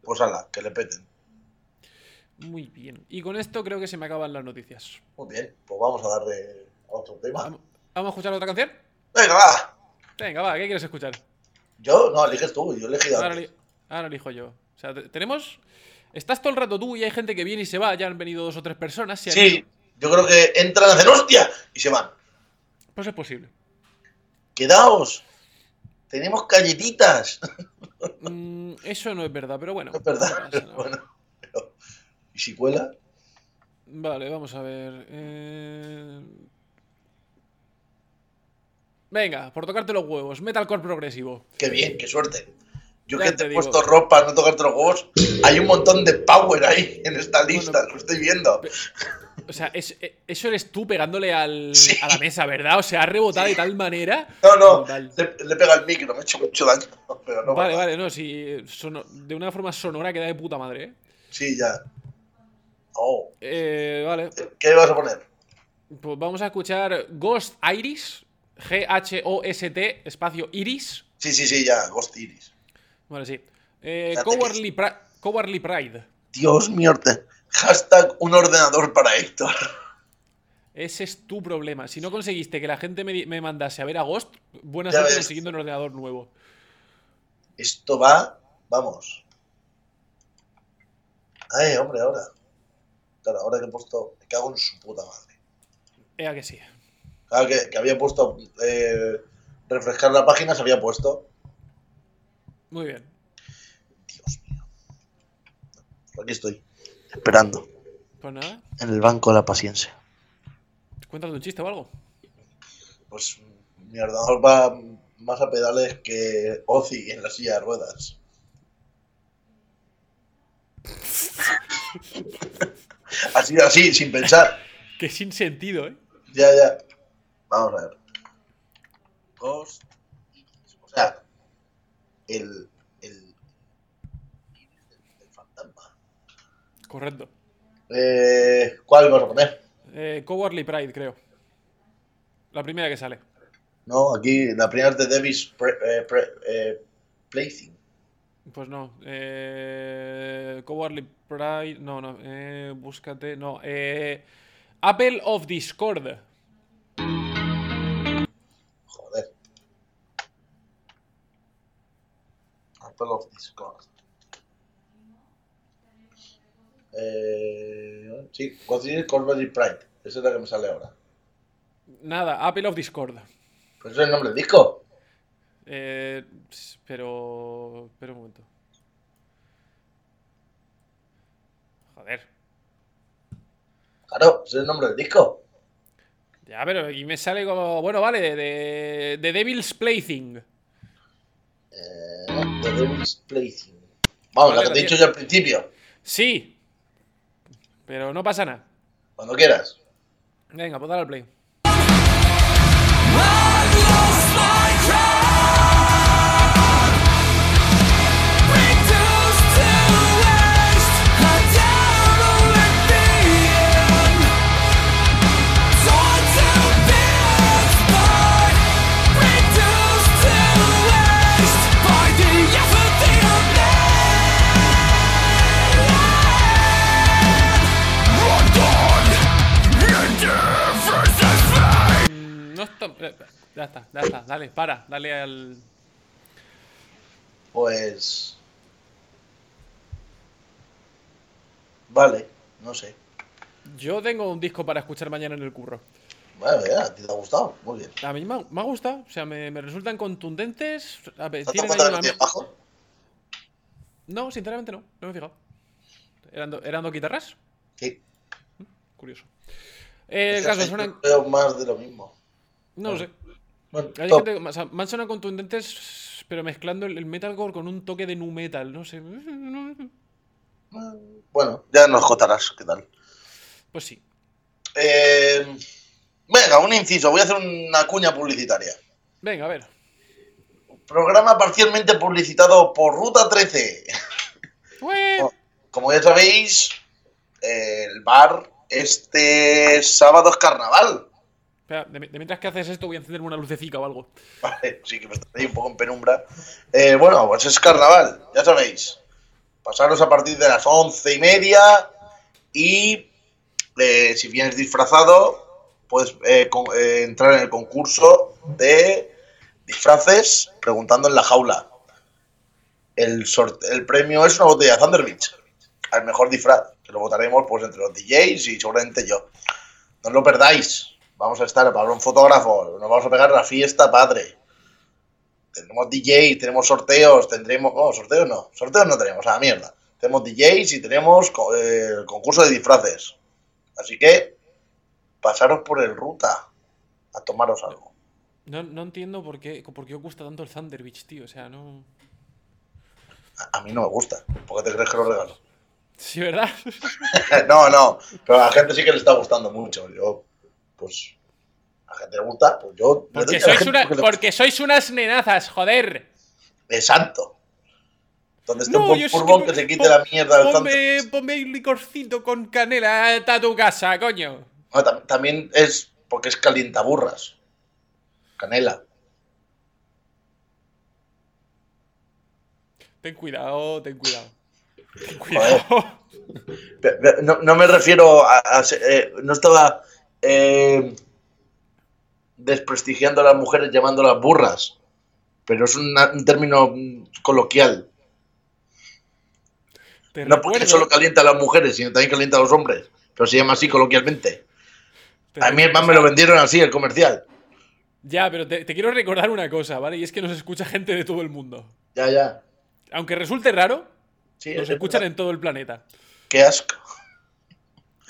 S3: Pues ala, que le peten.
S2: Muy bien. Y con esto creo que se me acaban las noticias.
S3: Muy bien, pues vamos a darle a otro tema.
S2: Vam- ¿Vamos a escuchar otra canción?
S3: Venga, va.
S2: Venga, va, ¿qué quieres escuchar?
S3: Yo, no, eliges tú, yo he elegido
S2: Ahora,
S3: antes.
S2: li- ahora elijo yo. O sea, te- tenemos. Estás todo el rato tú y hay gente que viene y se va. Ya han venido dos o tres personas. se han
S3: Sí,
S2: ido.
S3: yo creo que entran a hacer hostia y se van.
S2: Pues es posible.
S3: Quedaos. Tenemos galletitas. *laughs*
S2: Mm, eso no es verdad, pero bueno.
S3: No es
S2: no
S3: verdad.
S2: pasa nada.
S3: *laughs* Bueno, pero- ¿Y si cuela?
S2: Vale, vamos a ver. eh, Venga, por tocarte los huevos. Metalcore progresivo.
S3: Qué bien, qué suerte. Yo
S2: Ya
S3: que
S2: te
S3: te he
S2: digo.
S3: puesto ropa, no tocarte los huevos. Hay un montón de power ahí en esta lista, lo estoy viendo.
S2: O sea, es- eh, eso eres tú pegándole al,
S3: Sí.
S2: a la mesa, ¿verdad? O sea, ha rebotado de tal manera.
S3: No, no,
S2: Brutal.
S3: le, le pega el micro, me ha hecho mucho daño. *laughs* Pero no,
S2: Vale,
S3: pasa.
S2: vale, no, si sono- de una forma sonora queda de puta madre, ¿eh?
S3: Sí, ya. Oh,
S2: Eh, vale,
S3: ¿qué vas a poner?
S2: pues vamos a escuchar Ghost Iris, G-H-O-S-T, espacio Iris.
S3: Sí, sí, sí, ya, Ghost Iris.
S2: Vale, sí. Eh,
S3: Ya te
S2: Cowardly, Pri- Cowardly Pride.
S3: Dios mío, te- hashtag un ordenador para Héctor.
S2: Ese es tu problema. Si no conseguiste que la gente me, di- me mandase a ver a Ghost, buena
S3: Ya
S2: suerte
S3: ves.
S2: consiguiendo un ordenador nuevo.
S3: Esto va, vamos. Ay, hombre, ahora. Claro, ahora que he puesto, me cago en su puta madre.
S2: Ea que sí.
S3: Claro, Ah, que, que había puesto eh, refrescar la página, se había puesto.
S2: Muy bien.
S3: Dios mío. Aquí estoy, esperando,
S2: Pues nada,
S3: en el banco de la paciencia.
S2: cuéntate un chiste o algo.
S3: Pues mi ordenador va más a pedales que Ozzy en la silla de ruedas. *laughs* así, así, sin pensar.
S2: Que sin sentido, ¿eh?
S3: Ya, ya. Vamos a ver. Ghost. O sea, el, el, el fantasma.
S2: Correcto.
S3: Eh, ¿Cuál vas a poner?
S2: Eh, Cowardly Pride, creo. La primera que sale.
S3: No, aquí la primera es de Davis Pre- eh, Pre- eh, Plaything.
S2: Pues no. Eh, Cowardly Pride. No, no. eh, búscate. No. eh, Apple of Discord.
S3: Joder. Apple of Discord. Eh, sí, Godzilla Corbury Pride. Esa es la que me sale ahora.
S2: Nada, Apple of Discord.
S3: Pero ese es el nombre del disco.
S2: Eh, ps, pero. Espera un momento. Joder.
S3: Claro, ese es el nombre del disco.
S2: Ya, pero aquí me sale como. Bueno, vale, de, de Devil's Plaything.
S3: Eh, The Devil's Plaything. Vamos,
S2: Vale,
S3: la que te he
S2: Daniel.
S3: dicho yo al principio.
S2: Sí. Pero no pasa nada.
S3: Cuando quieras.
S2: Venga, pues dale al play. Mm, No está. eh, Ya está, ya está. Dale, para, dale al.
S3: Pues. Vale, no sé.
S2: Yo tengo un disco para escuchar mañana en el curro.
S3: Bueno, ya, a ti te ha gustado. Muy bien.
S2: A mí me ha, me ha gustado, o sea, me, me resultan contundentes. A ver,
S3: ¿Te has
S2: tienen
S3: dado
S2: ahí
S3: cuenta de que
S2: una-
S3: no tiene bajo?
S2: No, sinceramente no, no me he fijado. ¿Eran, do- eran dos guitarras?
S3: Sí.
S2: Curioso. Eh, el
S3: Es
S2: caso,
S3: que
S2: suenan.
S3: yo Veo más de lo mismo.
S2: No lo sé.
S3: Bueno,
S2: Hay
S3: top.
S2: gente- o sea, me han sonado contundentes, pero mezclando el, el metalcore con un toque de nu metal, no sé.
S3: Bueno, ya nos contarás qué tal.
S2: Pues sí.
S3: Eh, venga, un inciso. Voy a hacer una cuña publicitaria.
S2: Venga, a ver.
S3: Programa parcialmente publicitado por Ruta 13.
S2: Ué.
S3: Oh. Como ya sabéis, el bar este sábado es carnaval.
S2: Espera, de- de mientras que haces esto, voy a encenderme una lucecica o algo.
S3: Vale, sí que me estaré ahí un poco en penumbra. Eh, bueno, pues es carnaval, ya sabéis. Pasaros a partir de las once y media y eh, si vienes disfrazado, puedes eh, con- eh, entrar en el concurso de disfraces preguntando en la jaula. El, sorte- el premio es una botella de Thunder Beach al mejor disfraz, que lo votaremos pues entre los DJs y seguramente yo. No os lo perdáis. Vamos a estar, para un fotógrafo, nos vamos a pegar la fiesta, padre. Tenemos DJs, tenemos sorteos, tendremos... No, sorteos no, sorteos no tenemos, a la mierda. Tenemos DJs y tenemos co- eh, el concurso de disfraces. Así que, pasaros por el ruta a tomaros algo.
S2: No, no entiendo por qué, por qué os gusta tanto el Thunder Beach, tío. O sea, no.
S3: A, a mí no me gusta, porque te crees que lo regalo. *laughs*
S2: Sí, ¿verdad?
S3: no, no, pero a la gente sí que le está gustando mucho. Yo, pues, a la gente le gusta, pues yo... le
S2: Porque
S3: doy a la
S2: sois,
S3: gente
S2: una,
S3: que le-
S2: porque sois unas nenazas, joder.
S3: Exacto. Donde esté un
S2: No,
S3: buen
S2: yo sí
S3: furbón
S2: que-
S3: que, se quite
S2: pon-
S3: la mierda del tanto.
S2: Ponme, ponme un licorcito con canela hasta tu casa, coño.
S3: Ah, tam- también es porque es calientaburras. Canela.
S2: Ten cuidado, ten cuidado. Ten cuidado. *laughs*
S3: Pe- pe- No, no me refiero a. a se- eh, no estaba eh, desprestigiando a las mujeres llamándolas burras. Pero es una- un término mm, coloquial.
S2: Te
S3: No porque
S2: recuerdo,
S3: solo calienta a las mujeres, sino también calienta a los hombres. Pero se llama así coloquialmente.
S2: te
S3: A mí,
S2: recuerdo-
S3: más me lo vendieron así, el comercial.
S2: Ya, pero te, te quiero recordar una cosa, ¿vale? Y es que nos escucha gente de todo el mundo.
S3: Ya, ya.
S2: Aunque resulte raro,
S3: Sí,
S2: nos
S3: es
S2: escuchan
S3: verdad.
S2: en todo el planeta.
S3: Qué asco.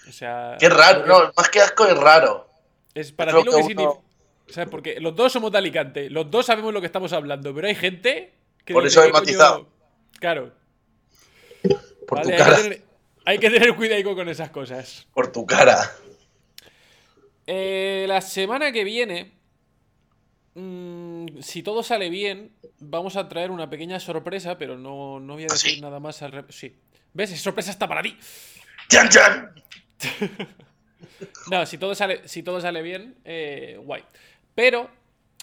S2: O sea.
S3: Qué raro,
S2: creo que
S3: no, más que asco es raro.
S2: Es para
S3: creo
S2: ti lo que
S3: que
S2: significa.
S3: uno-
S2: O sea, porque los dos somos de Alicante, los dos sabemos lo que estamos hablando, pero hay gente que.
S3: Por
S2: dice,
S3: eso he
S2: "¿Qué coño?".
S3: matizado.
S2: Claro.
S3: Por
S2: ¿vale?
S3: tu
S2: hay,
S3: cara,
S2: Que tener, hay que tener cuidado con esas cosas.
S3: por tu cara.
S2: Eh, la semana que viene Mm, si todo sale bien, vamos a traer una pequeña sorpresa, pero no, no voy a
S3: ¿Ah,
S2: decir
S3: sí?
S2: nada más al re- Sí. ¿Ves? Esa sorpresa está para ti.
S3: ¡Chan, chan!
S2: No, si todo sale, si todo sale bien, eh, guay. Pero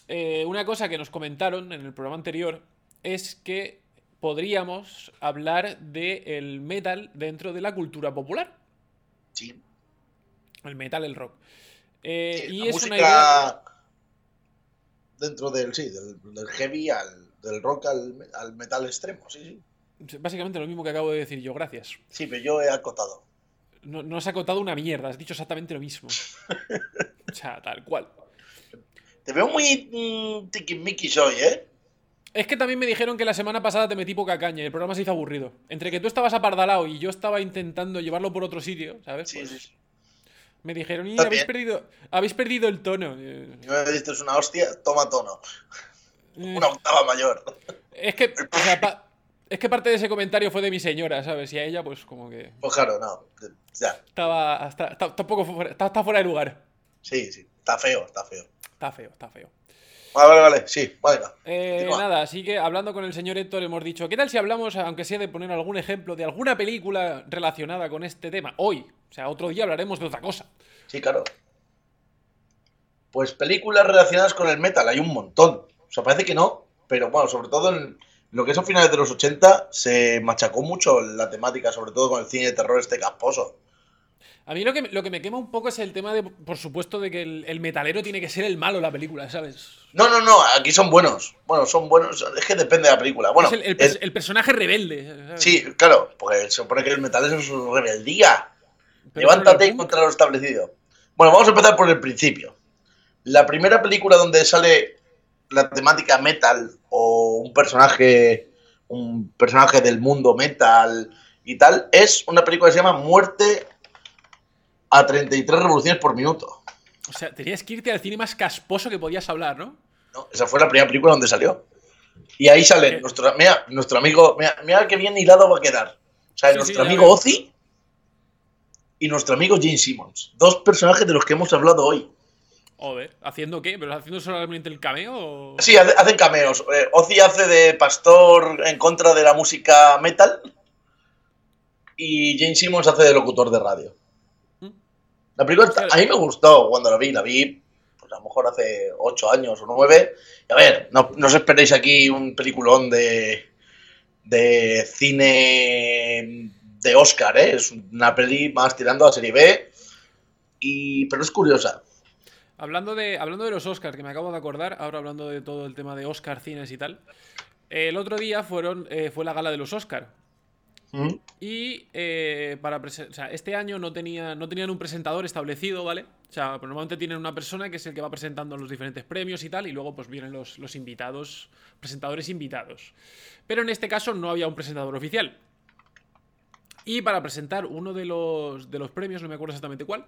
S2: eh, una cosa que nos comentaron en el programa anterior es que podríamos hablar del metal dentro de la cultura popular.
S3: Sí.
S2: El metal, el rock. Eh,
S3: Sí,
S2: y
S3: la
S2: es
S3: música
S2: una idea.
S3: dentro del, sí, del, del heavy al del rock al, al metal extremo, sí, sí.
S2: Básicamente lo mismo que acabo de decir yo, gracias.
S3: Sí, pero yo he acotado.
S2: No, no has acotado una mierda, has dicho exactamente lo mismo. O sea, tal cual.
S3: Te veo muy mm, tiquismiquis hoy, ¿eh?
S2: Es que también me dijeron que la semana pasada te metí poca caña y el programa se hizo aburrido. Entre que tú estabas apardalado y yo estaba intentando llevarlo por otro sitio, ¿sabes?
S3: Sí,
S2: Pues
S3: sí, sí.
S2: Me dijeron, y
S3: Está
S2: habéis
S3: bien.
S2: perdido, habéis perdido el tono. Eh,
S3: Si me diste una hostia, toma tono.
S2: eh,
S3: Una octava mayor.
S2: Es que, o sea, pa- es que parte de ese comentario fue de mi señora, ¿sabes? Y a ella, pues como que
S3: Pues claro, no. Ya,
S2: estaba, hasta, está, está un poco fuera, está, está fuera de lugar.
S3: sí, sí. Está feo, está feo.
S2: Está feo, está feo.
S3: Vale, vale, vale. Sí, vale. va.
S2: Eh,
S3: Continúa.
S2: nada, así que hablando con el señor Héctor hemos dicho, ¿qué tal si hablamos, aunque sea de poner algún ejemplo, de alguna película relacionada con este tema? Hoy, o sea, otro día hablaremos de otra cosa.
S3: Sí, claro. Pues películas relacionadas con el metal, hay un montón. O sea, parece que no, pero bueno, sobre todo en lo que es a finales de los 80 se machacó mucho la temática, sobre todo con el cine de terror este casposo.
S2: A mí lo que, lo que me quema un poco es el tema de, por supuesto, de que el, el metalero tiene que ser el malo de la película, ¿sabes?
S3: No, no, no, aquí son buenos. Bueno, son buenos, es que depende de la película. Bueno,
S2: es el, el
S3: es-
S2: pers- el personaje rebelde. ¿sabes?
S3: sí, claro, porque se supone que el metal es su rebeldía.
S2: Pero
S3: Levántate
S2: bueno,
S3: y contra lo establecido. Bueno, vamos a empezar por el principio. La primera película donde sale la temática metal o un personaje, un personaje del mundo metal y tal, es una película que se llama Muerte a 33 revoluciones por minuto.
S2: O sea, tenías que irte al cine más casposo que podías hablar, ¿no?
S3: ¿no? Esa fue la primera película donde salió. Y ahí sale
S2: Eh.
S3: nuestro, mira, nuestro amigo, mira, mira qué bien hilado va a quedar. O sea,
S2: Sí,
S3: nuestro
S2: sí, ya
S3: amigo
S2: veo.
S3: Ozzy y nuestro amigo Gene Simmons. Dos personajes de los que hemos hablado hoy.
S2: Joder, ¿haciendo qué? ¿Pero haciendo solamente el cameo? o-
S3: Sí, hace- hacen cameos. Eh, Ozzy hace de pastor en contra de la música metal. Y James Simmons hace de locutor de radio.
S2: ¿Mm?
S3: La película
S2: Hostia,
S3: a mí me gustó cuando la vi. La vi, pues a lo mejor hace 8 años o 9. A ver, no, no os esperéis aquí un peliculón de, de cine de Oscar, ¿eh? Es una peli más tirando a serie B. Y, pero es curiosa.
S2: Hablando de, hablando de los Oscars, que me acabo de acordar, ahora hablando de todo el tema de Oscar, cines y tal, el otro día fueron, eh, fue la gala de los Oscar.
S3: ¿Mm?
S2: Y eh, para prese- o sea, este año no, tenía, no tenían un presentador establecido, ¿vale? O sea, pues normalmente tienen una persona que es el que va presentando los diferentes premios y tal, y luego pues vienen los, los invitados, presentadores invitados. Pero en este caso no había un presentador oficial. Y para presentar uno de los, de los premios, no me acuerdo exactamente cuál,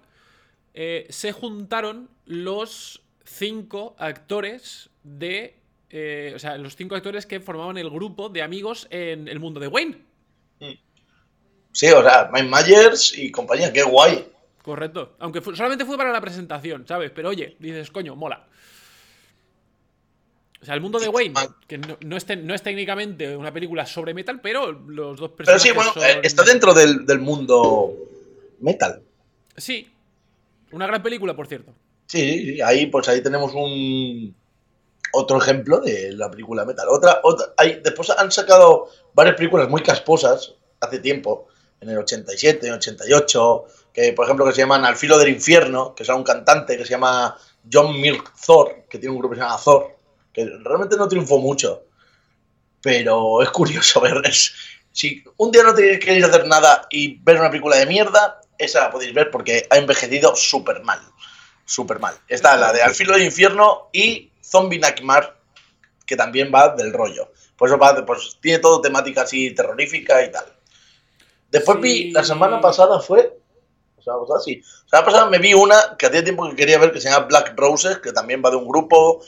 S2: eh, se juntaron los cinco actores de... eh, o sea, los cinco actores que formaban el grupo de amigos en el mundo de Wayne.
S3: Sí, o sea, Mike Myers y compañía, qué guay.
S2: Correcto. Aunque fu- solamente fue para la presentación, ¿sabes? Pero oye, dices, coño, mola. O sea, el mundo de Wayne, que no, no es, te- no es técnicamente una película sobre metal, pero los dos
S3: Pero
S2: personajes
S3: sí, bueno,
S2: son-
S3: eh, está dentro del, del mundo metal.
S2: Sí. Una gran película, por cierto.
S3: Sí, sí, sí, ahí pues ahí tenemos un otro ejemplo de la película metal. Otra, otra, hay, después han sacado varias películas muy casposas hace tiempo, en el 87, en el 88, que por ejemplo que se llaman Al filo del infierno, que es un cantante que se llama John Milk Thor, que tiene un grupo que se llama Thor, que realmente no triunfó mucho, pero es curioso *laughs* ver es- Si un día no te queréis hacer nada y ver una película de mierda, esa la podéis ver porque ha envejecido súper mal súper mal. Está la de Al filo del infierno y Zombie Nightmare, que también va del rollo. Pues, eso va, pues tiene todo temática así terrorífica y tal. Después
S2: Sí.
S3: vi, la semana pasada fue... La semana pasada sí. La semana pasada me vi una que hacía tiempo que quería ver que se llama Black Roses, que también va de un grupo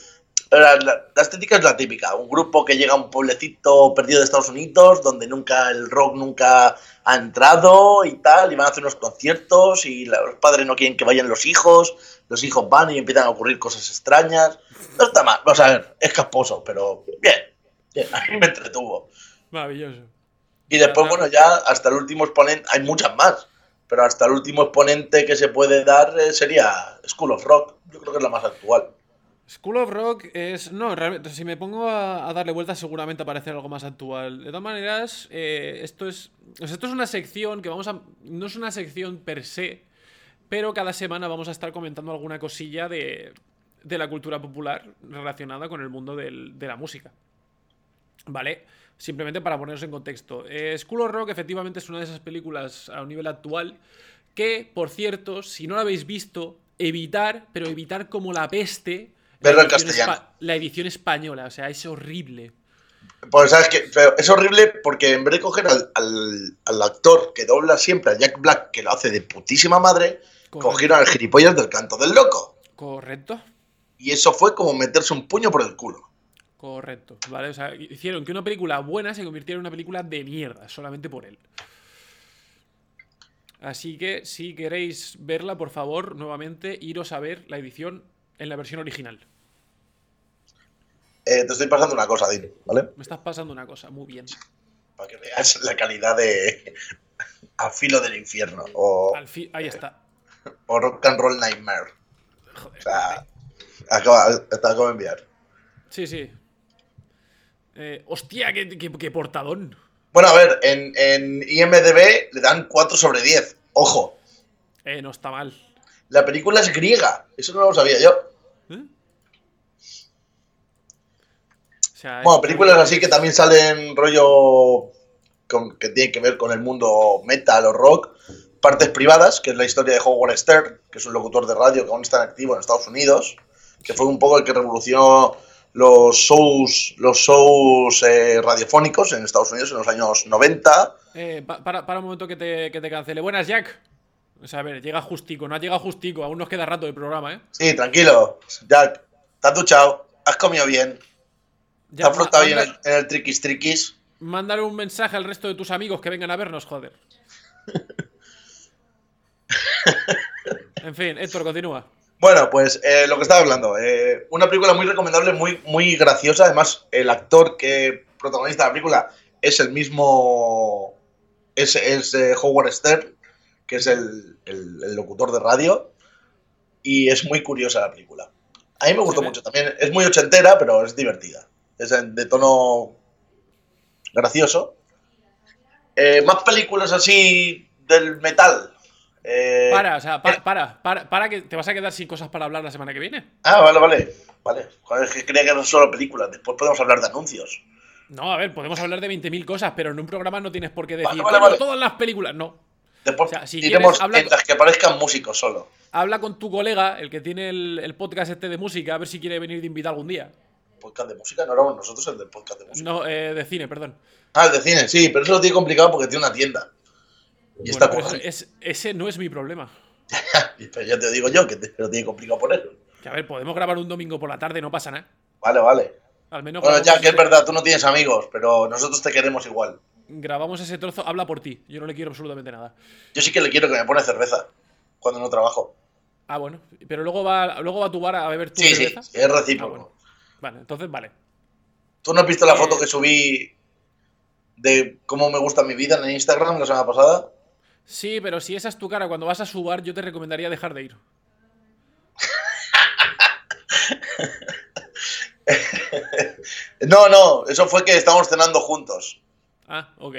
S3: La, la- la estética es la típica. Un grupo que llega a un pueblecito perdido de Estados Unidos, donde nunca el rock nunca ha entrado y tal, y van a hacer unos conciertos y la- los padres no quieren que vayan los hijos, los hijos van y empiezan a ocurrir cosas extrañas. No está mal, vamos a ver, es casposo, pero bien, bien, a mí me entretuvo.
S2: Maravilloso.
S3: Y después,
S2: Ajá.
S3: bueno, ya hasta el último exponente, hay muchas más, pero hasta el último exponente que se puede dar eh, sería School of Rock, yo creo que es la más actual.
S2: School of Rock es. No, realmente, si me pongo a, a darle vueltas, seguramente aparecerá algo más actual. De todas maneras, eh, esto es. o sea, esto es una sección que vamos a. No es una sección per se, pero cada semana vamos a estar comentando alguna cosilla de, de la cultura popular relacionada con el mundo del- de la música. ¿Vale? Simplemente para poneros en contexto. Eh, School of Rock efectivamente es una de esas películas a un nivel actual que, por cierto, si no la habéis visto, evitar, pero evitar como la peste. la
S3: Verla en
S2: edición
S3: castellano.
S2: espa- La edición española, o sea, es horrible.
S3: Pues sabes que es horrible porque en vez de coger al, al- al actor que dobla siempre a Jack Black, que lo hace de putísima madre,
S2: Correcto.
S3: cogieron al gilipollas del canto del loco.
S2: Correcto.
S3: Y eso fue como meterse un puño por el culo.
S2: Correcto, ¿vale? O sea, hicieron que una película buena se convirtiera en una película de mierda, solamente por él. Así que si queréis verla, por favor, nuevamente, iros a ver la edición en la versión original.
S3: Eh, te estoy pasando una cosa, Dino, ¿vale?
S2: Me estás pasando una cosa, muy bien.
S3: Para que veas la calidad de *laughs* A Filo del Infierno o,
S2: Al fin,
S3: Eh.
S2: ahí está.
S3: o Rock and Roll Nightmare. O sea, acaba, te acabo de enviar.
S2: Sí, sí. Eh, hostia, qué, qué- qué portadón.
S3: Bueno, a ver, en, en IMDB le dan 4 sobre 10. Ojo,
S2: Eh, no está mal.
S3: la película es griega. Eso no lo sabía yo.
S2: ¿Eh? O sea, eh,
S3: Bueno,
S2: es-
S3: películas así que también salen rollo con- que tienen que ver con el mundo metal o rock. Partes privadas, que es la historia de Howard Stern, que es un locutor de radio que aún está en activo en Estados Unidos, que fue un poco el que revolucionó los shows, los shows eh, radiofónicos en Estados Unidos en los años 90.
S2: Eh, pa- para, para un momento que te, que te cancele. Buenas, Jack. O sea, a ver, llega justico, no ha llegado justico, aún nos queda rato del programa, ¿eh?
S3: Sí, tranquilo, Jack, te has duchado, has comido bien, te
S2: Ya,
S3: has frotado
S2: ma-
S3: bien en
S2: manda-
S3: el, en el triquis triquis.
S2: Mándale un mensaje al resto de tus amigos que vengan a vernos, joder. en fin, Héctor, continúa.
S3: Bueno, pues eh, lo que estaba hablando, eh, una película muy recomendable, muy, muy graciosa. Además, el actor que protagoniza la película es el mismo. Es, es, eh, Howard Stern, que es el, el- el locutor de radio. Y es muy curiosa la película. A mí me gustó
S2: ve.
S3: mucho también. Es muy ochentera, pero es divertida. Es en- de tono gracioso. Eh, más películas así del metal. Eh,
S2: Para, o sea, pa- para, para, para que te vas a quedar sin cosas para hablar la semana que viene.
S3: Ah, vale, vale. Vale. Joder, es que creía que eran solo películas. Después podemos hablar de anuncios.
S2: No, a ver, podemos hablar de 20.000 cosas, pero en un programa no tienes por qué decir
S3: Vale, vale,
S2: "Coño,
S3: vale".
S2: todas las películas. No.
S3: Después
S2: O sea, si
S3: diremos
S2: quieres, habla-
S3: mientras que aparezcan músicos solo.
S2: Habla con tu colega, el que tiene el, el podcast este de música, a ver si quiere venir de invitar algún día.
S3: Podcast de música, no éramos nosotros el del podcast de música.
S2: No, eh, de cine, perdón.
S3: Ah, el de cine, sí, pero eso lo tiene complicado porque tiene una tienda. Y está pues,
S2: Bueno, pues, eh. pero
S3: currando.
S2: ese, es- ese no es mi problema.
S3: *laughs* Pero ya te digo yo que te- lo tiene complicado ponerlo.
S2: Que a ver, podemos grabar un domingo por la tarde, no pasa nada.
S3: Vale, vale.
S2: Al menos
S3: Bueno,
S2: grabamos
S3: ya que es
S2: ese-
S3: verdad, tú no tienes amigos, pero nosotros te queremos igual.
S2: grabamos ese trozo, habla por ti. Yo no le quiero absolutamente nada.
S3: Yo sí que le quiero que me pone cerveza cuando no trabajo.
S2: Ah, bueno. Pero luego va, luego va a tu bar a beber tu
S3: Sí, sí,
S2: cerveza.
S3: sí, es
S2: Ah,
S3: recíproco.
S2: bueno. Vale, entonces vale.
S3: ¿Tú no has visto la foto que subí de cómo me gusta mi vida en Instagram la semana pasada?
S2: Sí, pero si esa es tu cara cuando vas a su bar, yo te recomendaría dejar de ir.
S3: No, no, eso fue que estábamos cenando juntos.
S2: Ah, ok.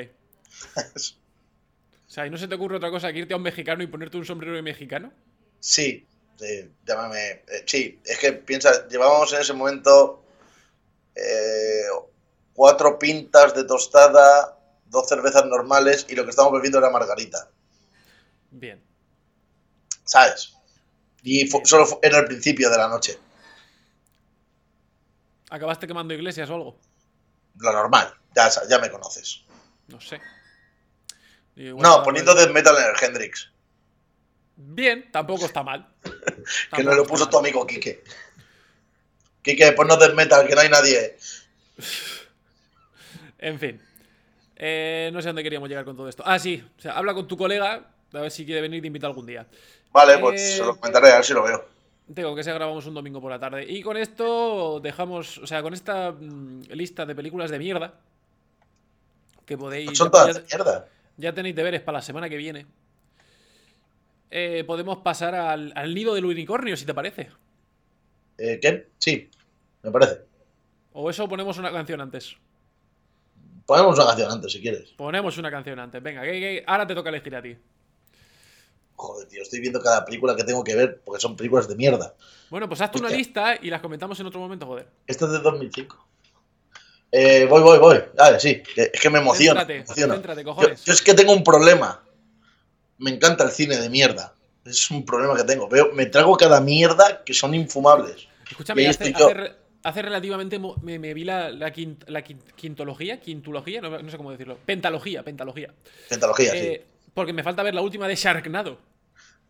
S2: O sea, ¿y no se te ocurre otra cosa que irte a un mexicano y ponerte un sombrero de mexicano?
S3: Sí, sí, llámame. eh, sí, es que piensa, llevábamos en ese momento eh, cuatro pintas de tostada, dos cervezas normales y lo que estábamos bebiendo era margarita,
S2: Bien.
S3: ¿sabes? Y fu- solo fu- era el principio de la noche,
S2: ¿Acabaste quemando iglesias o algo?
S3: lo normal, ya, sa- ya me conoces.
S2: No sé. Digo, igual
S3: No,
S2: estaba
S3: poniendo
S2: mal.
S3: death metal en el Hendrix,
S2: Bien, tampoco está mal.
S3: que *laughs*
S2: Tampoco
S3: no lo
S2: está
S3: puso
S2: mal.
S3: tu amigo Quique. Quique, ponnos del metal, que no hay nadie.
S2: En fin. Eh, no sé dónde queríamos llegar con todo esto. Ah, sí. O sea, habla con tu colega. A ver si quiere venir y te invita algún día.
S3: Vale, pues
S2: Eh,
S3: se lo comentaré, a ver si lo veo.
S2: Tengo que sea grabamos un domingo por la tarde. Y con esto dejamos. O sea, con esta mm, lista de películas de mierda. Que podéis.
S3: Son
S2: ya-
S3: todas de
S2: ya-
S3: mierda.
S2: Ya tenéis deberes para la semana que viene. Eh, podemos pasar al, al nido del unicornio, si te parece.
S3: Eh, ¿Qué? Sí, me parece.
S2: O eso ponemos una canción antes.
S3: Ponemos una canción antes, si quieres.
S2: Ponemos una canción antes. Venga, que, que- ahora te toca elegir a ti.
S3: Joder, tío, estoy viendo cada película que tengo que ver, porque son películas de mierda.
S2: Bueno, pues hazte una
S3: Hostia.
S2: lista y las comentamos en otro momento, joder.
S3: Esta Este es de 2005. Eh, voy, voy, voy. Dale, sí. que- Es que me emociona. me
S2: Céntrate,
S3: emociona.
S2: céntrate,
S3: Yo,
S2: cojones.
S3: yo es que tengo un problema. Me encanta el cine de mierda. Es un problema que tengo. Veo, me trago cada mierda que son infumables. y
S2: Escúchame,
S3: ahí
S2: hace,
S3: estoy yo.
S2: hace re- hace relativamente. mo- Me, me vi la, la quint- la quin- quintología, quintología, no, no sé cómo decirlo. Pentalogía, pentalogía.
S3: Pentalogía, sí.
S2: Eh, porque me falta ver la última de Sharknado.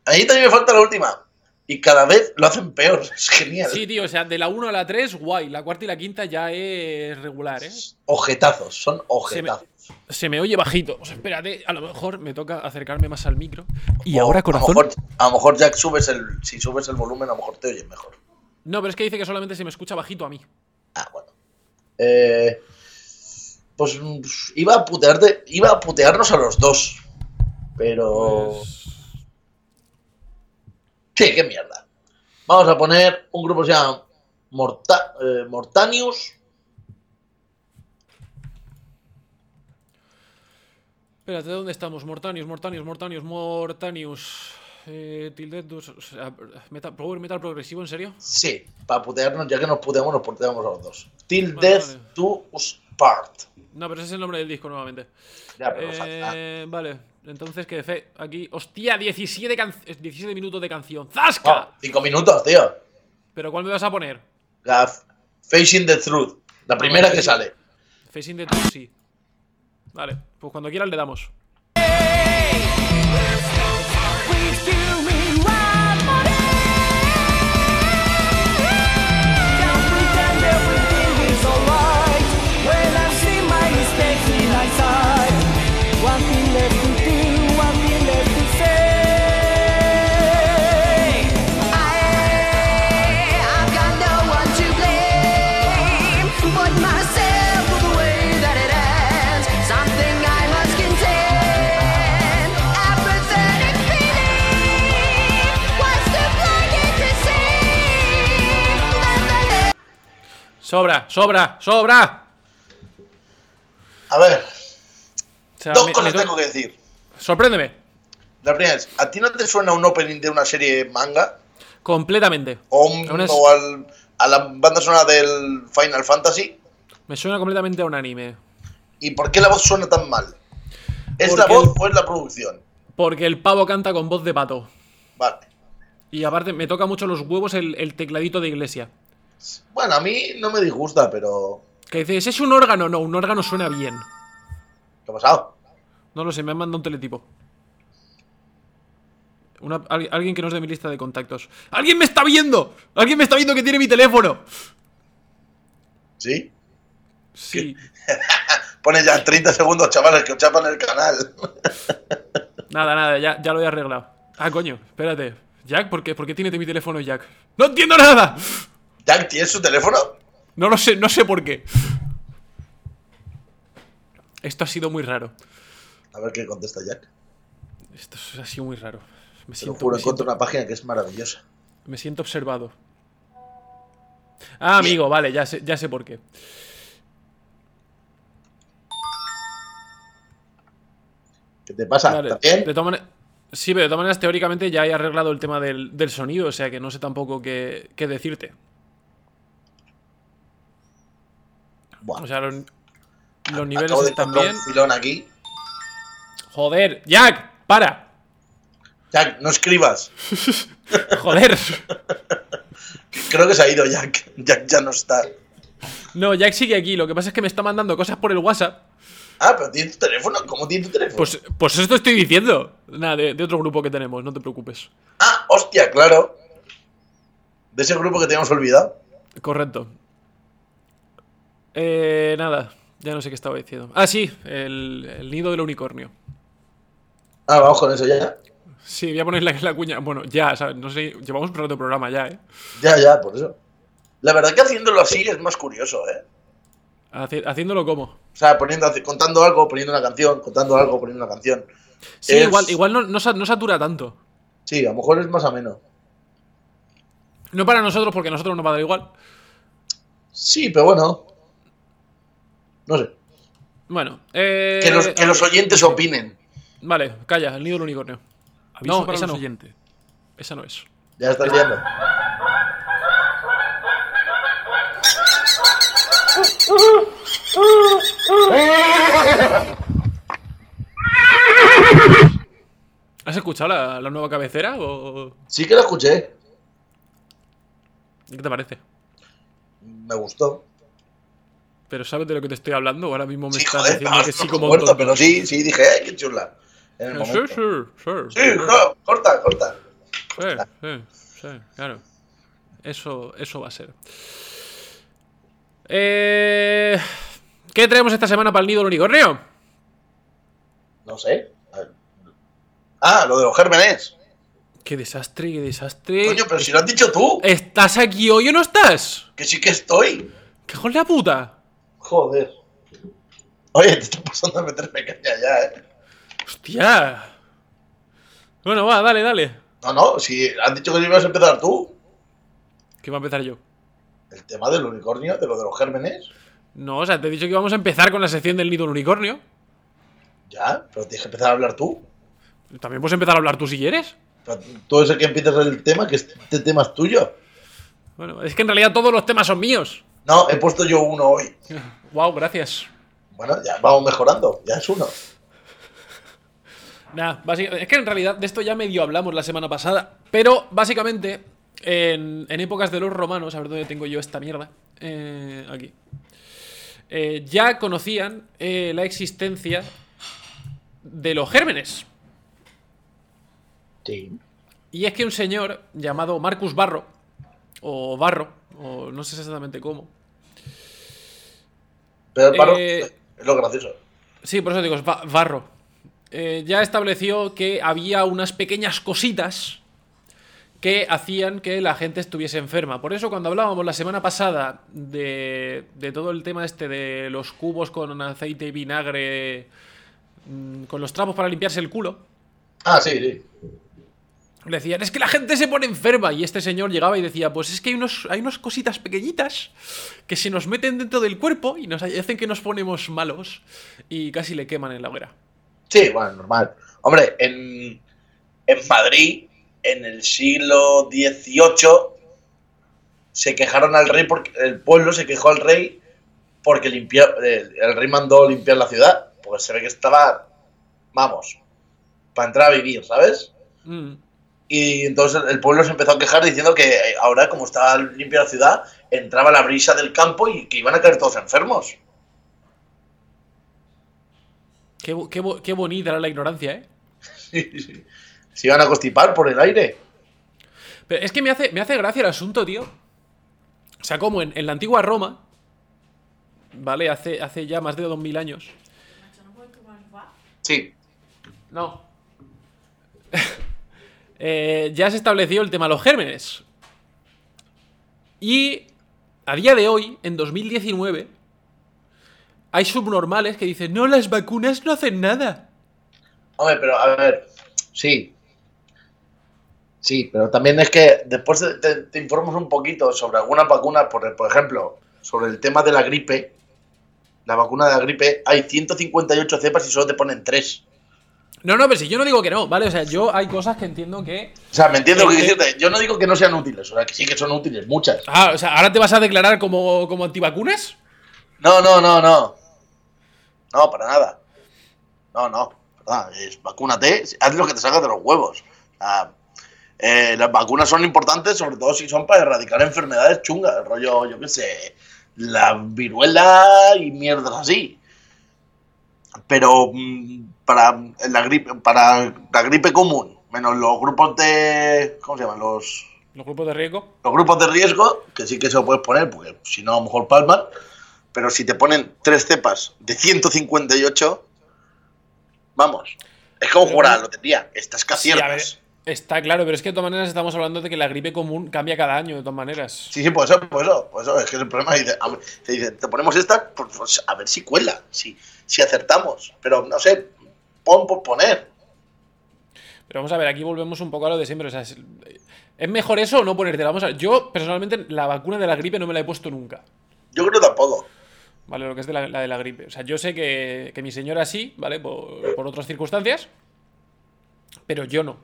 S3: A mí también me falta la última. Y cada vez lo hacen peor. *laughs* Es genial.
S2: Sí, tío, o sea, de la 1 a la 3, guay. La cuarta y la quinta ya es regular, ¿eh?
S3: Ojetazos, son ojetazos.
S2: Se me oye bajito. O sea, espérate, a lo mejor me toca acercarme más al micro. Y
S3: O
S2: ahora,
S3: A
S2: corazón.
S3: lo, mejor, a lo mejor, Jack, subes el, si subes el volumen, a lo mejor te oyes mejor.
S2: No, pero es que dice que solamente se me escucha bajito a mí.
S3: Ah, bueno. Eh, pues mm, iba a putearte, iba a putearnos a los dos. Pero.
S2: Pues-
S3: Sí, qué mierda. Vamos a poner un grupo que se llama Morta- eh, Mortanius.
S2: Espérate, ¿dónde estamos? Mortanius, Mortanius, Mortanius, Mortanius. Eh, Tildedus. o sea, metal, power metal progresivo, ¿en serio?
S3: Sí, para putearnos, ya que nos puteamos, nos puteamos a los dos. Till death
S2: vale.
S3: do us part.
S2: No, pero ese es el nombre del disco nuevamente.
S3: Ya, pero falta-
S2: Eh, Vale, entonces que fe. Aquí. ¡Hostia! 17, can- 17 minutos de canción. ¡Zasca!
S3: No, cinco minutos, tío.
S2: ¿Pero cuál me vas a poner?
S3: La f- Facing the Truth. La primera que sale.
S2: Facing the Truth, sí. Vale, pues cuando quieras le damos.
S5: Please do me one more day. Don't pretend everything is alright. When I see my mistakes in hindsight, one thing left to do, one thing left to say. I, I've got no one to blame but myself for the way that it ends. Something I must contend. A pathetic feeling was too blinding to see that the
S2: ¡Sobra, sobra, sobra!
S3: A ver,
S2: O sea,
S3: dos
S2: me-
S3: cosas
S2: me-
S3: tengo que decir.
S2: Sorpréndeme.
S3: La primera es, ¿a ti no te suena un opening de una serie manga?
S2: Completamente.
S3: ¿O, un-
S2: A una-
S3: o al- a la banda sonora del Final Fantasy?
S2: Me suena completamente a un anime.
S3: ¿Y por qué la voz suena tan mal? ¿Es la
S2: Porque
S3: voz
S2: el-
S3: o es la producción?
S2: Porque el pavo canta con voz de pato.
S3: Vale.
S2: Y aparte, me toca mucho los huevos el, el tecladito de iglesia.
S3: Bueno, a mí no me disgusta, pero.
S2: Que dices, ¿es un órgano? No, un órgano suena bien.
S3: ¿Qué ha pasado?
S2: No lo sé, me han mandado un teletipo. Una- al- alguien que no es de mi lista de contactos. ¡Alguien me está viendo! ¡Alguien me está viendo que tiene mi teléfono!
S3: ¿Sí?
S2: Sí.
S3: Pone ya 30 segundos, chavales, que os chapan el canal. *laughs*
S2: Nada, nada, ya, ya lo he arreglado. Ah, coño, espérate. Jack, ¿por qué, ¿por qué tiene mi teléfono Jack? ¡No entiendo nada!
S3: ¿Jack tiene su teléfono?
S2: No lo sé, no sé por qué. Esto ha sido muy raro.
S3: A ver qué contesta Jack.
S2: Esto ha sido muy raro. Me
S3: Te
S2: siento,
S3: lo juro,
S2: me siento-
S3: encuentro una página que es maravillosa.
S2: me siento observado. Ah, amigo, vale, ya sé, ya sé por qué.
S3: ¿Qué te pasa?
S2: Vale,
S3: ¿Está bien?
S2: de todas maneras- sí, pero de todas maneras, teóricamente ya he arreglado el tema del, del sonido, o sea que no sé tampoco qué, qué decirte.
S3: Buah,
S2: O sea, los, los
S3: acabo
S2: niveles
S3: de
S2: están
S3: encontrar
S2: bien.
S3: un filón aquí.
S2: Joder, Jack, para.
S3: Jack, no escribas.
S2: Joder. *laughs*
S3: Creo que se ha ido Jack. *laughs* Jack ya no está.
S2: No, Jack sigue aquí. Lo que pasa es que me está mandando cosas por el WhatsApp.
S3: Ah, pero tiene tu teléfono. ¿Cómo tiene tu teléfono?
S2: Pues, pues esto estoy diciendo. Nada, de, de otro grupo que tenemos, no te preocupes.
S3: Ah, hostia, claro. De ese grupo que teníamos olvidado.
S2: Correcto. Eh, nada, ya no sé qué estaba diciendo. Ah, sí, el, el nido del unicornio.
S3: Ah, vamos con eso ya.
S2: Sí, voy a poner la, la cuña. Bueno, ya, ¿sabes? No sé, llevamos un rato de programa ya, ¿eh?
S3: Ya, ya, por eso. La verdad que haciéndolo así es más curioso, ¿eh?
S2: Haci- haciéndolo como.
S3: O sea, poniendo, contando algo, poniendo una canción, contando algo, poniendo una canción.
S2: Sí,
S3: Es-
S2: igual, igual no, no sa- no satura tanto.
S3: Sí, a lo mejor es más ameno.
S2: No para nosotros, porque a nosotros nos va a dar igual.
S3: Sí, pero bueno. No sé.
S2: Bueno, eh,
S3: Que los, que los oyentes opinen.
S2: Vale, calla, el nido del unicornio.
S1: Aviso
S2: No,
S1: para
S2: esa
S1: los
S2: no.
S1: oyentes.
S2: Esa no es.
S3: Ya estás liando.
S2: ¿Has escuchado la, la nueva cabecera o
S3: Sí que la escuché.
S2: qué te parece?
S3: Me gustó.
S2: Pero sabes de lo que te estoy hablando. Ahora mismo me
S3: Sí,
S2: estás
S3: joder,
S2: diciendo
S3: no,
S2: que sí
S3: no,
S2: como un
S3: corta,
S2: tonto.
S3: pero sí, sí, dije, eh, qué chula. En el
S2: Eh,
S3: momento.
S2: Sí, sí, sí.
S3: Sí, no, corta, corta.
S2: Sí, sí, sí, claro. Eso, eso va a ser. Eh, ¿Qué traemos esta semana para el nido del unicornio?
S3: No sé. A ver. Ah, lo de los gérmenes.
S2: Qué desastre, qué desastre.
S3: Coño, pero si lo has dicho tú,
S2: Eh. ¿Estás aquí hoy o no estás?
S3: que sí que estoy.
S2: ¡Cago en la puta!
S3: Joder. Oye, te está pasando a meterme caña ya, eh.
S2: ¡Hostia! Bueno, va, dale, dale.
S3: No, no, si has dicho que lo ibas a empezar tú.
S2: Que va a empezar yo.
S3: El tema del unicornio, de lo de los gérmenes.
S2: No, o sea, te he dicho que íbamos a empezar con la sección del nido del unicornio.
S3: Ya, pero tienes que empezar a hablar tú.
S2: También puedes empezar a hablar tú si quieres.
S3: Pero tú es el que empiezas el tema, que este tema es tuyo.
S2: Bueno, es que en realidad todos los temas son míos.
S3: No, he puesto yo uno hoy.
S2: Wow, gracias.
S3: Bueno, ya vamos mejorando, ya es uno.
S2: Nah, básicamente, es que en realidad de esto ya medio hablamos la semana pasada, pero básicamente en, en épocas de los romanos, a ver dónde tengo yo esta mierda, eh, aquí, Eh, ya conocían eh, la existencia de los gérmenes.
S3: Sí.
S2: Y es que un señor llamado Marcus Barro, o Barro, o no sé exactamente cómo,
S3: Pero el paro
S2: Eh,
S3: es lo gracioso.
S2: Sí, por eso digo, es ba- barro. Eh, ya estableció que había unas pequeñas cositas que hacían que la gente estuviese enferma. Por eso cuando hablábamos la semana pasada de, de todo el tema este de los cubos con aceite y vinagre, mm, con los trapos para limpiarse el culo,
S3: Ah, sí, sí.
S2: le decían, es que la gente se pone enferma. Y este señor llegaba y decía, pues es que hay, unos, hay unas cositas pequeñitas que se nos meten dentro del cuerpo y nos hacen que nos ponemos malos y casi le queman en la hoguera.
S3: Sí, bueno, normal. Hombre, en, en Madrid, en el siglo XVIII, se quejaron al rey porque el pueblo se quejó al rey porque limpió, el, el rey mandó limpiar la ciudad. Porque se ve que estaba, vamos, para entrar a vivir, ¿sabes?
S2: Mm.
S3: Y entonces el pueblo se empezó a quejar diciendo que ahora, como estaba limpia la ciudad, entraba la brisa del campo y que iban a caer todos enfermos.
S2: Qué, bo- qué bo- qué bonita era la ignorancia, ¿eh?
S3: Se iban a constipar por el aire.
S2: Pero es que me hace, me hace gracia el asunto, tío. O sea, como en, en la antigua Roma, ¿vale? Hace, hace ya más de 2000 años.
S3: Sí.
S2: No. *laughs* Eh, ya se estableció el tema de los gérmenes. Y a día de hoy, en 2019, hay subnormales que dicen, no, las vacunas no hacen nada.
S3: Hombre, pero a ver, sí. Sí, pero también es que después te, te- te informas un poquito sobre algunas vacunas, por, por ejemplo, sobre el tema de la gripe. La vacuna de la gripe, hay 158 cepas y solo te ponen 3.
S2: No, no, pero si yo no digo que no, ¿vale? O sea, yo hay cosas que entiendo que
S3: O sea, me entiendo lo que
S2: Sí, sí.
S3: decirte. Yo no digo que no sean útiles, o sea, que sí que son útiles, muchas.
S2: Ah, o sea, ¿ahora te vas a declarar como, como antivacunas?
S3: No, no, no, no. No, para nada. No, no. Perdón, es, vacúnate, haz lo que te salga de los huevos. Ah, eh, las vacunas son importantes, sobre todo si son para erradicar enfermedades chungas, rollo, yo qué sé, la viruela y mierdas así. Pero mm, para la gripe, para la gripe común, menos los grupos de. ¿Cómo se llaman? Los
S2: Los grupos de riesgo.
S3: Los grupos de riesgo, que sí que se lo puedes poner, porque si no, a lo mejor palman. Pero si te ponen tres cepas de 158, vamos. Es como
S2: Pero
S3: jugar a la
S2: bueno.
S3: lotería. Estás que
S2: Sí, a ver,
S3: aciertas.
S2: está claro, pero es que de todas maneras estamos hablando de que la gripe común cambia cada año, de todas maneras.
S3: Sí, sí, pues eso, pues eso, pues eso, es que es el problema. Dice, a ver, te dicen, te ponemos esta, pues, pues, a ver si cuela, si, si acertamos. Pero no sé, pon por poner.
S2: Pero vamos a ver, aquí volvemos un poco a lo de siempre. O sea, es, eh, ¿es mejor eso o no ponértela? Vamos a ver, yo personalmente la vacuna de la gripe no me la he puesto nunca.
S3: Yo creo tampoco.
S2: ¿Vale? Lo que es de la, la de la gripe. O sea, yo sé que, que mi señora sí, ¿vale? Por, por otras circunstancias. Pero yo no.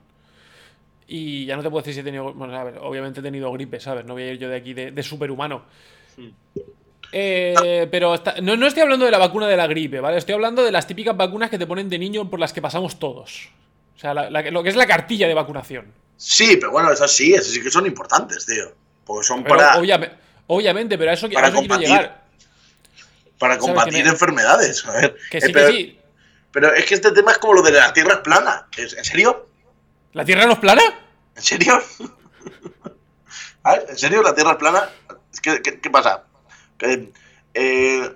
S2: Y ya no te puedo decir si he tenido. Bueno, a ver, obviamente he tenido gripe, ¿sabes? No voy a ir yo de aquí de, de superhumano. Eh, pero está- no, no estoy hablando de la vacuna de la gripe, ¿vale? Estoy hablando de las típicas vacunas que te ponen de niño por las que pasamos todos. O sea, la- la que- lo que es la cartilla de vacunación.
S3: Sí, pero bueno, esas sí, esas sí que son importantes, tío. Porque son
S2: Pero
S3: para,
S2: obvia- obviamente, pero a eso, que- a
S3: para
S2: eso quiero
S3: combatir.
S2: llegar.
S3: para
S2: ¿sabes
S3: combatir
S2: que me-
S3: enfermedades. A ver,
S2: Que
S3: eh,
S2: sí, que
S3: pero,
S2: sí.
S3: pero es que este tema es como lo de las tierras planas. que es- ¿En serio?
S2: ¿La Tierra no es plana?
S3: ¿En serio? *laughs* A ver, ¿En serio la Tierra es plana? Es que- ¿Qué, qué pasa? Que, eh,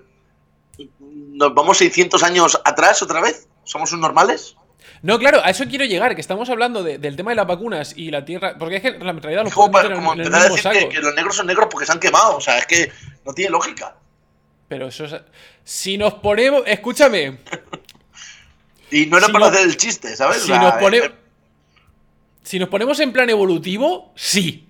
S3: ¿Nos vamos 600 años atrás otra vez? ¿Somos unos normales?
S2: No, claro, a eso quiero llegar, que estamos hablando de- del tema de las vacunas y la Tierra. Porque es que en realidad los
S3: Es como,
S2: puedes
S3: para-
S2: meter en,
S3: como
S2: en el
S3: empezar a
S2: mismo
S3: decir
S2: saco.
S3: que, que los negros son negros porque se han quemado. O sea, es que no tiene lógica.
S2: Pero eso es- Si nos ponemos. Escúchame.
S3: Y no era
S2: Si
S3: para
S2: no-
S3: hacer el chiste, ¿sabes? O
S2: Si
S3: sea,
S2: nos,
S3: eh,
S2: pone- si nos ponemos en plan evolutivo, sí.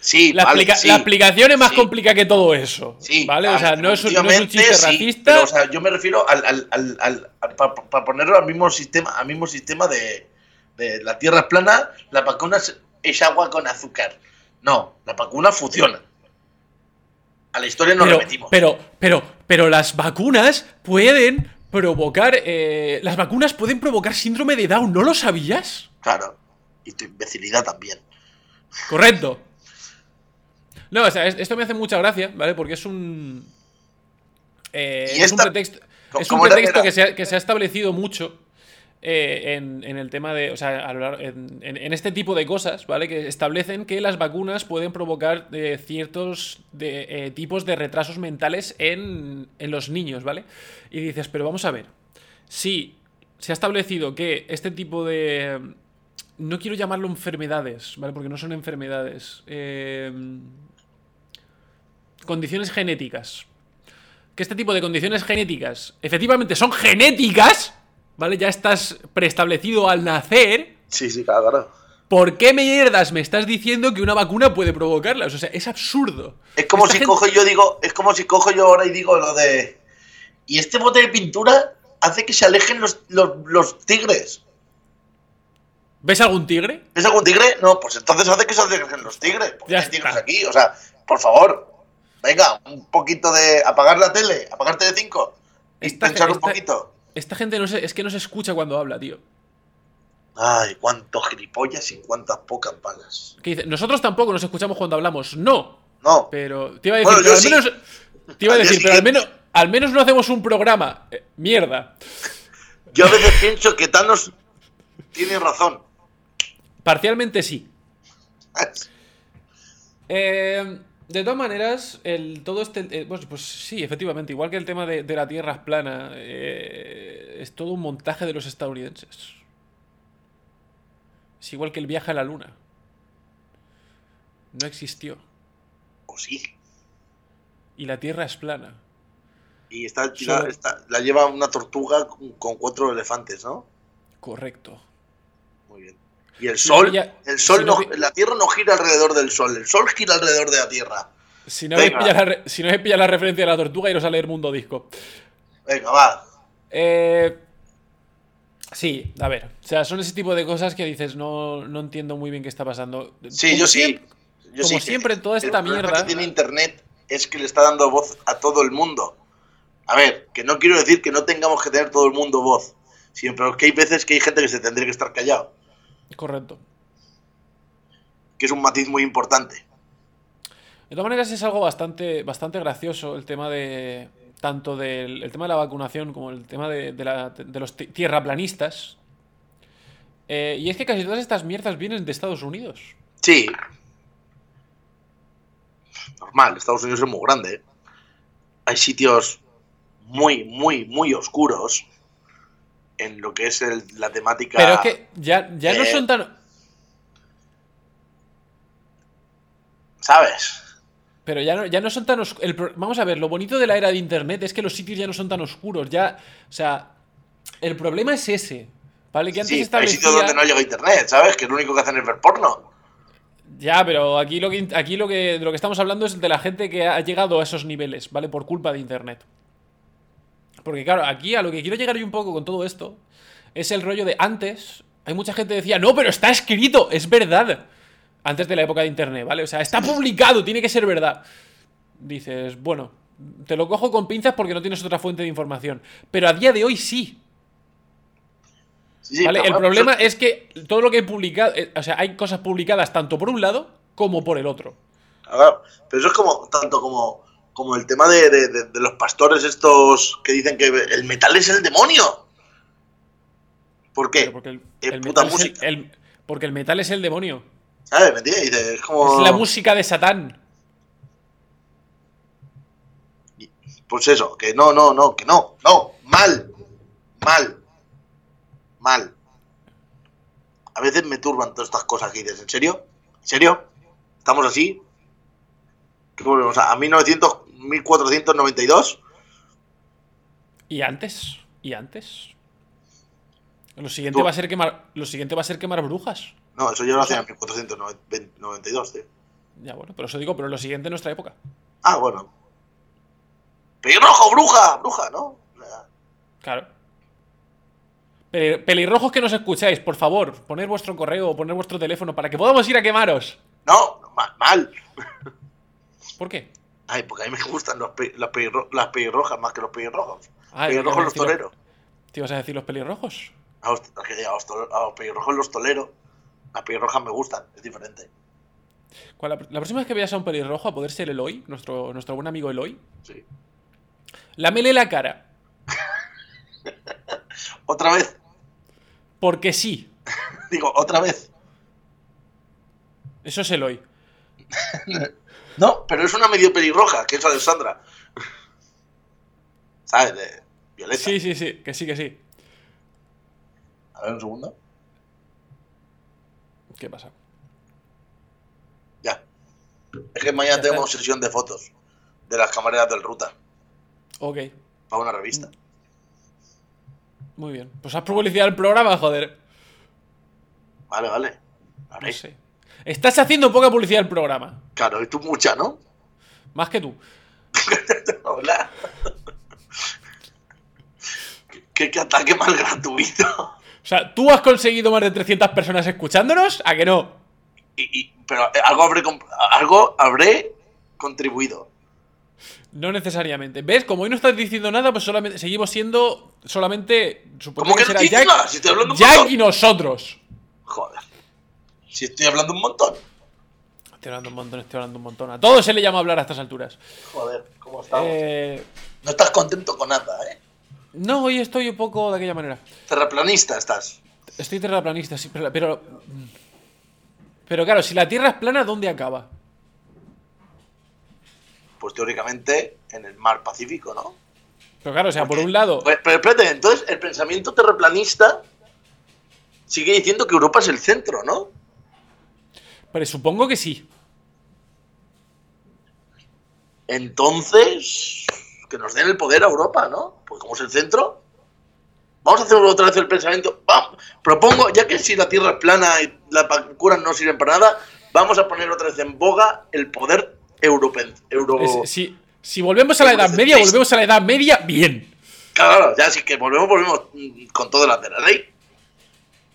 S3: sí,
S2: La,
S3: vale,
S2: explica-
S3: sí.
S2: la explicación es más
S3: sí.
S2: complicada que todo eso.
S3: Sí, ah,
S2: ¿Vale? O sea, no es, un- no es un
S3: efectivamente,
S2: chiste
S3: sí,
S2: racista.
S3: pero, o sea, yo me refiero al, al, al, para ponerlo al mismo sistema, al mismo sistema de, de la tierra es plana, la vacuna es, es agua con azúcar. No, la vacuna funciona. A la historia nos
S2: pero,
S3: repetimos.
S2: pero, pero, pero las vacunas pueden provocar. eh, las vacunas pueden provocar síndrome de Down, ¿no lo sabías?
S3: Claro. Y tu imbecilidad también.
S2: Correcto. No, o sea, es- esto me hace mucha gracia, ¿vale? Porque es un. eh,
S3: Y
S2: es un
S3: esta-
S2: pretexto,
S3: ¿cómo-
S2: es un
S3: cómo era?
S2: pretexto
S3: Era-
S2: que, se ha, que se ha establecido mucho eh, en, en el tema de. O sea, a lo largo- en, en- en este tipo de cosas, ¿vale? Que establecen que las vacunas pueden provocar eh, ciertos de- eh, tipos de retrasos mentales en, en los niños, ¿vale? Y dices, pero vamos a ver. Si se ha establecido que este tipo de. No quiero llamarlo enfermedades, ¿vale? Porque no son enfermedades. Eh, condiciones genéticas. Que este tipo de condiciones genéticas efectivamente son genéticas, ¿vale? Ya estás preestablecido al nacer.
S3: Sí, sí, claro, claro.
S2: ¿Por qué mierdas me estás diciendo que una vacuna puede provocarlas? O sea, es absurdo.
S3: Es como
S2: Esta
S3: si
S2: gente-
S3: cojo y yo digo, es como si cojo yo ahora y digo lo de y este bote de pintura hace que se alejen los, los, los tigres.
S2: ¿Ves algún tigre?
S3: ¿Es algún tigre? No, pues entonces hace que se alejen los tigres. Porque
S2: Ya
S3: hay tigres
S2: está.
S3: aquí, o sea, por favor. Venga, un poquito de apagar la tele, apagar Tele5 y
S2: Esta-
S3: pensar un
S2: esta-
S3: poquito.
S2: Esta gente no se- es que no se escucha cuando habla, tío.
S3: Ay, cuántos gilipollas y cuántas pocas balas.
S2: Que dice, nosotros tampoco nos escuchamos cuando hablamos. No.
S3: No,
S2: Pero te iba a decir,
S3: Bueno, yo
S2: pero al
S3: sí.
S2: menos. Te iba a
S3: Al día
S2: decir, pero al
S3: siguiente.
S2: menos, al menos no hacemos un programa. Eh, mierda.
S3: yo a veces pienso que Thanos tiene razón. *laughs*
S2: Parcialmente sí. Eh, de todas maneras, el, todo este. eh, pues, pues sí, efectivamente, igual que el tema de, de la tierra es plana, eh, es todo un montaje de los estadounidenses. Es igual que el viaje a la luna. No existió.
S3: O Pues sí.
S2: Y la tierra es plana.
S3: Y está,
S2: Solo-
S3: la, está- la lleva una tortuga con, con cuatro elefantes, ¿no?
S2: Correcto.
S3: Muy bien. Y el
S2: Si
S3: sol,
S2: pilla-
S3: el sol
S2: si
S3: no,
S2: no pi-
S3: la Tierra no gira alrededor del sol, el sol gira alrededor de la Tierra.
S2: Si no habéis
S3: Venga.
S2: pillado la, re- si no habéis pillado la referencia de la tortuga, iros a leer Mundo Disco.
S3: Venga, va.
S2: Eh, sí, a ver. O sea, son ese tipo de cosas que dices, no, no entiendo muy bien qué está pasando.
S3: Sí,
S2: Como
S3: yo sí.
S2: siempre-
S3: Yo
S2: como
S3: sí que-
S2: siempre, toda
S3: el
S2: esta
S3: problema
S2: mierda-
S3: que tiene internet es que le está dando voz a todo el mundo. A ver, que no quiero decir que no tengamos que tener todo el mundo voz, sino pero que hay veces que hay gente que se tendría que estar callado,
S2: Correcto.
S3: que es un matiz muy importante.
S2: De todas maneras, es algo bastante, bastante gracioso el tema de. Tanto del el tema de la vacunación como el tema de, de la- de los ti- tierraplanistas. Eh, y es que casi todas estas mierdas vienen de Estados Unidos.
S3: Sí, normal, Estados Unidos es muy grande. Hay sitios muy, muy, muy oscuros en lo que es el- la temática.
S2: Pero es que ya, ya no
S3: Eh,
S2: son tan.
S3: ¿Sabes?
S2: Pero ya no, ya no son tan oscuros. Vamos a ver, lo bonito de la era de internet es que los sitios ya no son tan oscuros. Ya. O sea. El problema es ese. ¿Vale? Que antes
S3: Sí, hay
S2: establecía-
S3: sitios donde no llega internet, ¿sabes? Que lo único que hacen es ver porno.
S2: Ya, pero aquí lo que aquí lo que de lo que estamos hablando es de la gente que ha llegado a esos niveles, ¿vale? Por culpa de internet. Porque claro, aquí a lo que quiero llegar yo un poco con todo esto es el rollo de antes hay mucha gente que decía, "No, pero está escrito, es verdad." Antes de la época de internet, ¿vale? O sea, está publicado, tiene que ser verdad. Dices, "Bueno, te lo cojo con pinzas porque no tienes otra fuente de información." Pero a día de hoy sí.
S3: Sí, sí,
S2: ¿Vale?
S3: pero
S2: El
S3: bueno,
S2: problema
S3: eso-
S2: es que todo lo que he publicado, eh, o sea, hay cosas publicadas tanto por un lado como por el otro.
S3: claro, pero eso es como tanto como, como el tema de, de- de- de los pastores estos que dicen que el metal es el demonio. ¿Por qué?
S2: Pero porque el,
S3: Eh,
S2: el
S3: puta
S2: metal es el-
S3: música.
S2: el- porque el metal es el demonio.
S3: ¿Sabes? ¿Me entiendes? Dice, Es como...
S2: Es la música de Satán.
S3: Pues eso, que no, no, no, que no, no, mal, mal, mal. A veces me turban todas estas cosas que dices, ¿en serio? ¿En serio? ¿Estamos así? ¿Qué volvemos a, a 1900, 1492?
S2: Y antes, y antes. Lo siguiente
S3: Tú-
S2: va a ser quemar. Lo siguiente va a ser quemar brujas.
S3: No, eso yo lo hacía en 1492, tío.
S2: Ya bueno, pero eso digo, pero lo siguiente en nuestra época.
S3: Ah, bueno. ¡Pelirrojo, bruja! Bruja, ¿no? O sea,
S2: Claro. Pe- Pelirrojos que nos escucháis, por favor, poned vuestro correo o poned vuestro teléfono para que podamos ir a quemaros.
S3: No, mal, mal.
S2: ¿Por qué?
S3: Ay, porque a mí me gustan los pe- las, pelirro- las pelirrojas más que los pelirrojos.
S2: Ah,
S3: pelirrojos
S2: ya
S3: los
S2: me refiero-
S3: toreros.
S2: ¿Te ibas a decir los pelirrojos?
S3: A los, a que- a los tol- a los pelirrojos los tolero. Las pelirrojas me gustan, es diferente.
S2: ¿Cuál La, la próxima vez que veas a un pelirrojo, a poder ser Eloy, nuestro, nuestro buen amigo Eloy,
S3: Sí.
S2: lámele la cara.
S3: Otra vez, *laughs*
S2: Porque sí.
S3: digo, otra vez.
S2: Eso es Eloy.
S3: No, pero es una medio pelirroja, que es Alessandra. *laughs* ¿Sabes? De Violeta.
S2: Sí, sí, sí, que sí, que sí.
S3: A ver, un segundo.
S2: ¿Qué pasa?
S3: Ya. Es que mañana
S2: Ya
S3: tengo
S2: está.
S3: sesión de fotos de las camareras del Ruta
S2: Ok,
S3: para una revista.
S2: Mm. muy bien. Pues has publicidad el programa, joder.
S3: Vale, vale.
S2: No
S3: Vale.
S2: sé. Estás haciendo poca publicidad al programa.
S3: Claro, y tú mucha, ¿no? *laughs*
S2: Más que tú. *laughs*
S3: Hola. ¿Qué- qué, qué ataque más gratuito.
S2: O sea, ¿tú has conseguido más de 300 personas escuchándonos? ¿A que no?
S3: Y- y- pero algo habré, comp- algo habré contribuido.
S2: No necesariamente. ¿Ves? Como hoy no estás diciendo nada, pues solamente seguimos siendo solamente. Supongo
S3: ¿Cómo que no dices
S2: Jack,
S3: nada? Si estoy hablando un
S2: Jack
S3: montón.
S2: y nosotros.
S3: Joder. Si estoy hablando un montón.
S2: Estoy hablando un montón, estoy hablando un montón. A todos se le llama hablar a estas alturas.
S3: Joder, ¿cómo estamos?
S2: Eh,
S3: No estás contento con nada, ¿eh?
S2: no, hoy estoy un poco de aquella manera.
S3: Terraplanista estás.
S2: Estoy terraplanista, sí, pero, pero. pero claro, si la Tierra es plana, ¿dónde acaba?
S3: Pues teóricamente en el mar Pacífico, ¿no?
S2: Pero claro, o sea, por un lado.
S3: Pues- pero espérate, entonces el pensamiento terraplanista sigue diciendo que Europa es el centro, ¿no?
S2: Pero supongo que sí.
S3: Entonces, que nos den el poder a Europa, ¿no? Pues como es el centro, vamos a hacer otra vez el pensamiento. ¡Pam! Propongo, ya que si la Tierra es plana y las vacunas no sirven para nada, vamos a poner otra vez en boga el poder europe- euro...
S2: Es- si, si volvemos a la Edad Media, volvemos a la Edad Media, bien.
S3: Claro, ya así que volvemos, volvemos mm, con todo la de la ley.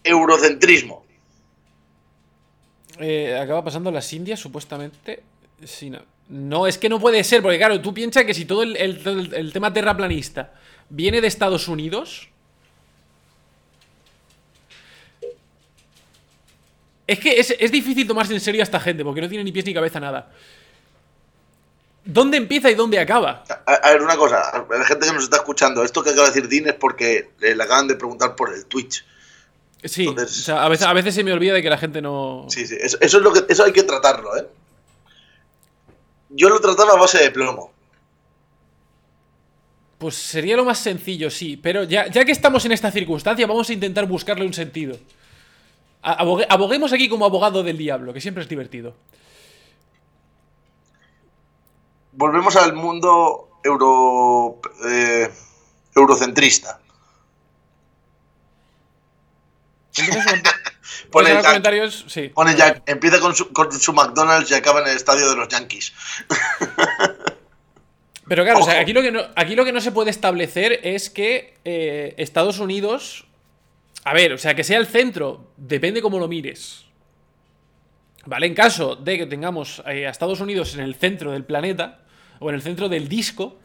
S3: Eurocentrismo.
S2: Eh, acaba pasando en las Indias, supuestamente. Sí, no. No, es que no puede ser, porque claro, tú piensas que si todo el, el- todo el- el tema terraplanista viene de Estados Unidos. Es que es, es difícil tomarse en serio a esta gente, porque no tiene ni pies ni cabeza nada. ¿Dónde empieza y dónde acaba?
S3: A, a ver, una cosa, a la gente que nos está escuchando, esto que acaba de decir Dean es porque eh, le acaban de preguntar por el Twitch.
S2: Sí,
S3: Entonces-
S2: o sea, a, veces, a veces se me olvida de que la gente no.
S3: Sí, sí, eso, eso es lo que, eso hay que tratarlo, ¿eh? Yo lo trataba a base de plomo.
S2: Pues sería lo más sencillo, sí. Pero ya, ya que estamos en esta circunstancia, vamos a intentar buscarle un sentido. A- abogue- aboguemos aquí como abogado del diablo, que siempre es divertido.
S3: Volvemos al mundo euro, eh, eurocentrista.
S2: Entonces, bueno, pues
S3: *laughs* Pone
S2: en
S3: el
S2: los
S3: Jack-
S2: comentarios, sí.
S3: Pone Jack, empieza con su, con su McDonald's y acaba en el estadio de los Yankees.
S2: Pero claro, o sea,
S3: Ojo.
S2: aquí lo que no, aquí lo que no se puede establecer es que eh, Estados Unidos. A ver, o sea, que sea el centro, depende cómo lo mires. ¿Vale? En caso de que tengamos eh, a Estados Unidos en el centro del planeta, o en el centro del disco,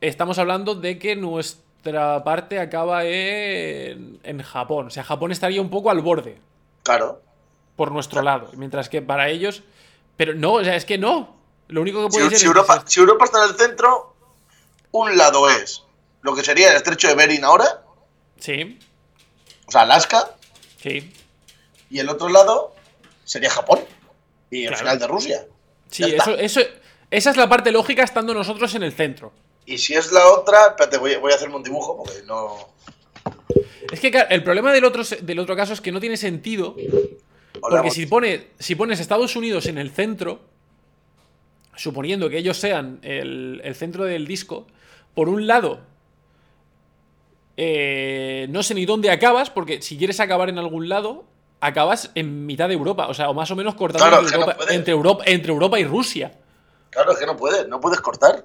S2: estamos hablando de que nuestra parte acaba en, en Japón. O sea, Japón estaría un poco al borde,
S3: Claro.
S2: por nuestro lado. Mientras que para ellos. Pero no, o sea, es que no. Lo único que
S3: Si,
S2: puede ser.
S3: si
S2: es-
S3: Europa, si Europa está en el centro, un lado es lo que sería el estrecho de Bering ahora,
S2: Sí,
S3: o sea, Alaska,
S2: sí.
S3: y el otro lado sería Japón y el
S2: Claro.
S3: final de Rusia.
S2: Sí,
S3: Ya está.
S2: eso, eso, esa es la parte lógica estando nosotros en el centro.
S3: Y si es la otra, espérate, voy, voy a hacerme un dibujo porque no.
S2: Es que claro, el problema del otro, se- del otro caso es que no tiene sentido, porque
S3: hablamos.
S2: si, pone, si pones Estados Unidos en el centro, suponiendo que ellos sean el, el centro del disco, por un lado, eh, no sé ni dónde acabas, porque si quieres acabar en algún lado, acabas en mitad de Europa, o sea, o más o menos cortando
S3: Claro,
S2: entre,
S3: que no
S2: Europa,
S3: puedes.
S2: entre Europa- entre Europa y Rusia.
S3: Claro, es que no puedes, no puedes cortar.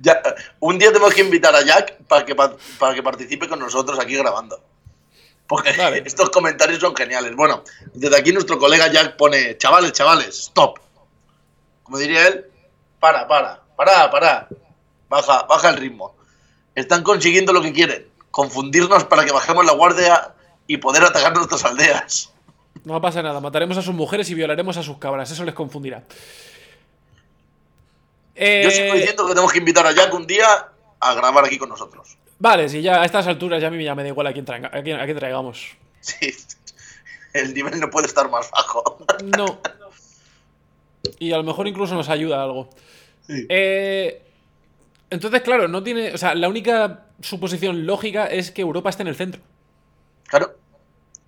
S3: Ya, un día tenemos que invitar a Jack para que, pa- para que participe con nosotros aquí grabando. Porque
S2: Vale.
S3: *laughs* estos comentarios son geniales. Bueno, desde aquí nuestro colega Jack pone, chavales, chavales, stop. Como diría él, para, para, para, para. Baja, baja el ritmo. Están consiguiendo lo que quieren, confundirnos para que bajemos la guardia y poder atacar nuestras aldeas.
S2: No pasa nada, mataremos a sus mujeres y violaremos a sus cabras, eso les confundirá.
S3: Yo
S2: Eh,
S3: sigo diciendo que tenemos que invitar a Jack un día a grabar aquí con nosotros. *laughs*
S2: Vale, si ya a estas alturas ya a mí ya me da igual a quién, traiga- a quién- a quién traigamos.
S3: Sí, el nivel no puede estar más bajo. *laughs*
S2: No. Y a lo mejor incluso nos ayuda algo.
S3: Sí.
S2: Eh, entonces, claro, no tiene. O sea, la única suposición lógica es que Europa esté en el centro.
S3: Claro,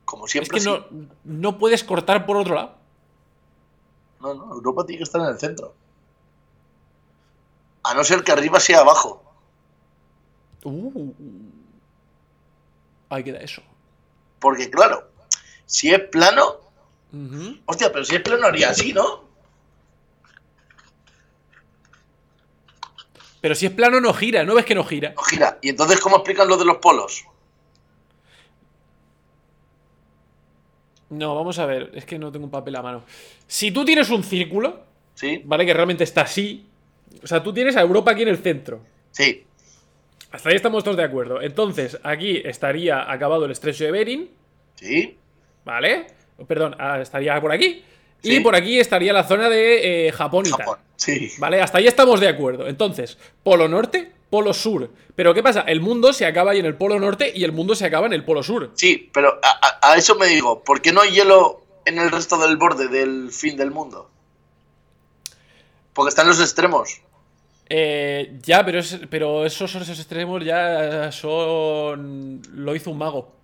S3: como
S2: Es
S3: siempre.
S2: que
S3: sí.
S2: no, no puedes cortar por otro lado.
S3: No, no, Europa tiene que estar en el centro. A no ser que arriba sea abajo.
S2: Uh. Ahí queda eso.
S3: Porque claro, si es plano...
S2: Ujú.
S3: Hostia, pero si es plano haría así, ¿no?
S2: Pero si es plano, no gira, ¿no ves que no gira?
S3: No gira. ¿Y entonces cómo explican lo de los polos?
S2: No, vamos a ver, es que no tengo un papel a mano. Si tú tienes un círculo,
S3: ¿Sí?
S2: ¿vale? Que realmente está así. O sea, tú tienes a Europa aquí en el centro.
S3: Sí.
S2: Hasta ahí estamos todos de acuerdo. Entonces, aquí estaría acabado el estrecho de Bering,
S3: ¿Sí?
S2: ¿vale? Perdón, ah, estaría por aquí. Y
S3: Sí.
S2: por aquí estaría la zona de eh, Japón y
S3: Japón.
S2: tal.
S3: Sí.
S2: ¿Vale? Hasta ahí estamos de acuerdo. Entonces, polo norte, polo sur. Pero ¿qué pasa? El mundo se acaba ahí en el polo norte y el mundo se acaba en el polo sur.
S3: Sí, pero a, a- a eso me digo, ¿por qué no hay hielo en el resto del borde del fin del mundo? Porque están los extremos.
S2: Eh, ya, pero, es- pero esos, esos extremos ya son. Lo hizo un mago.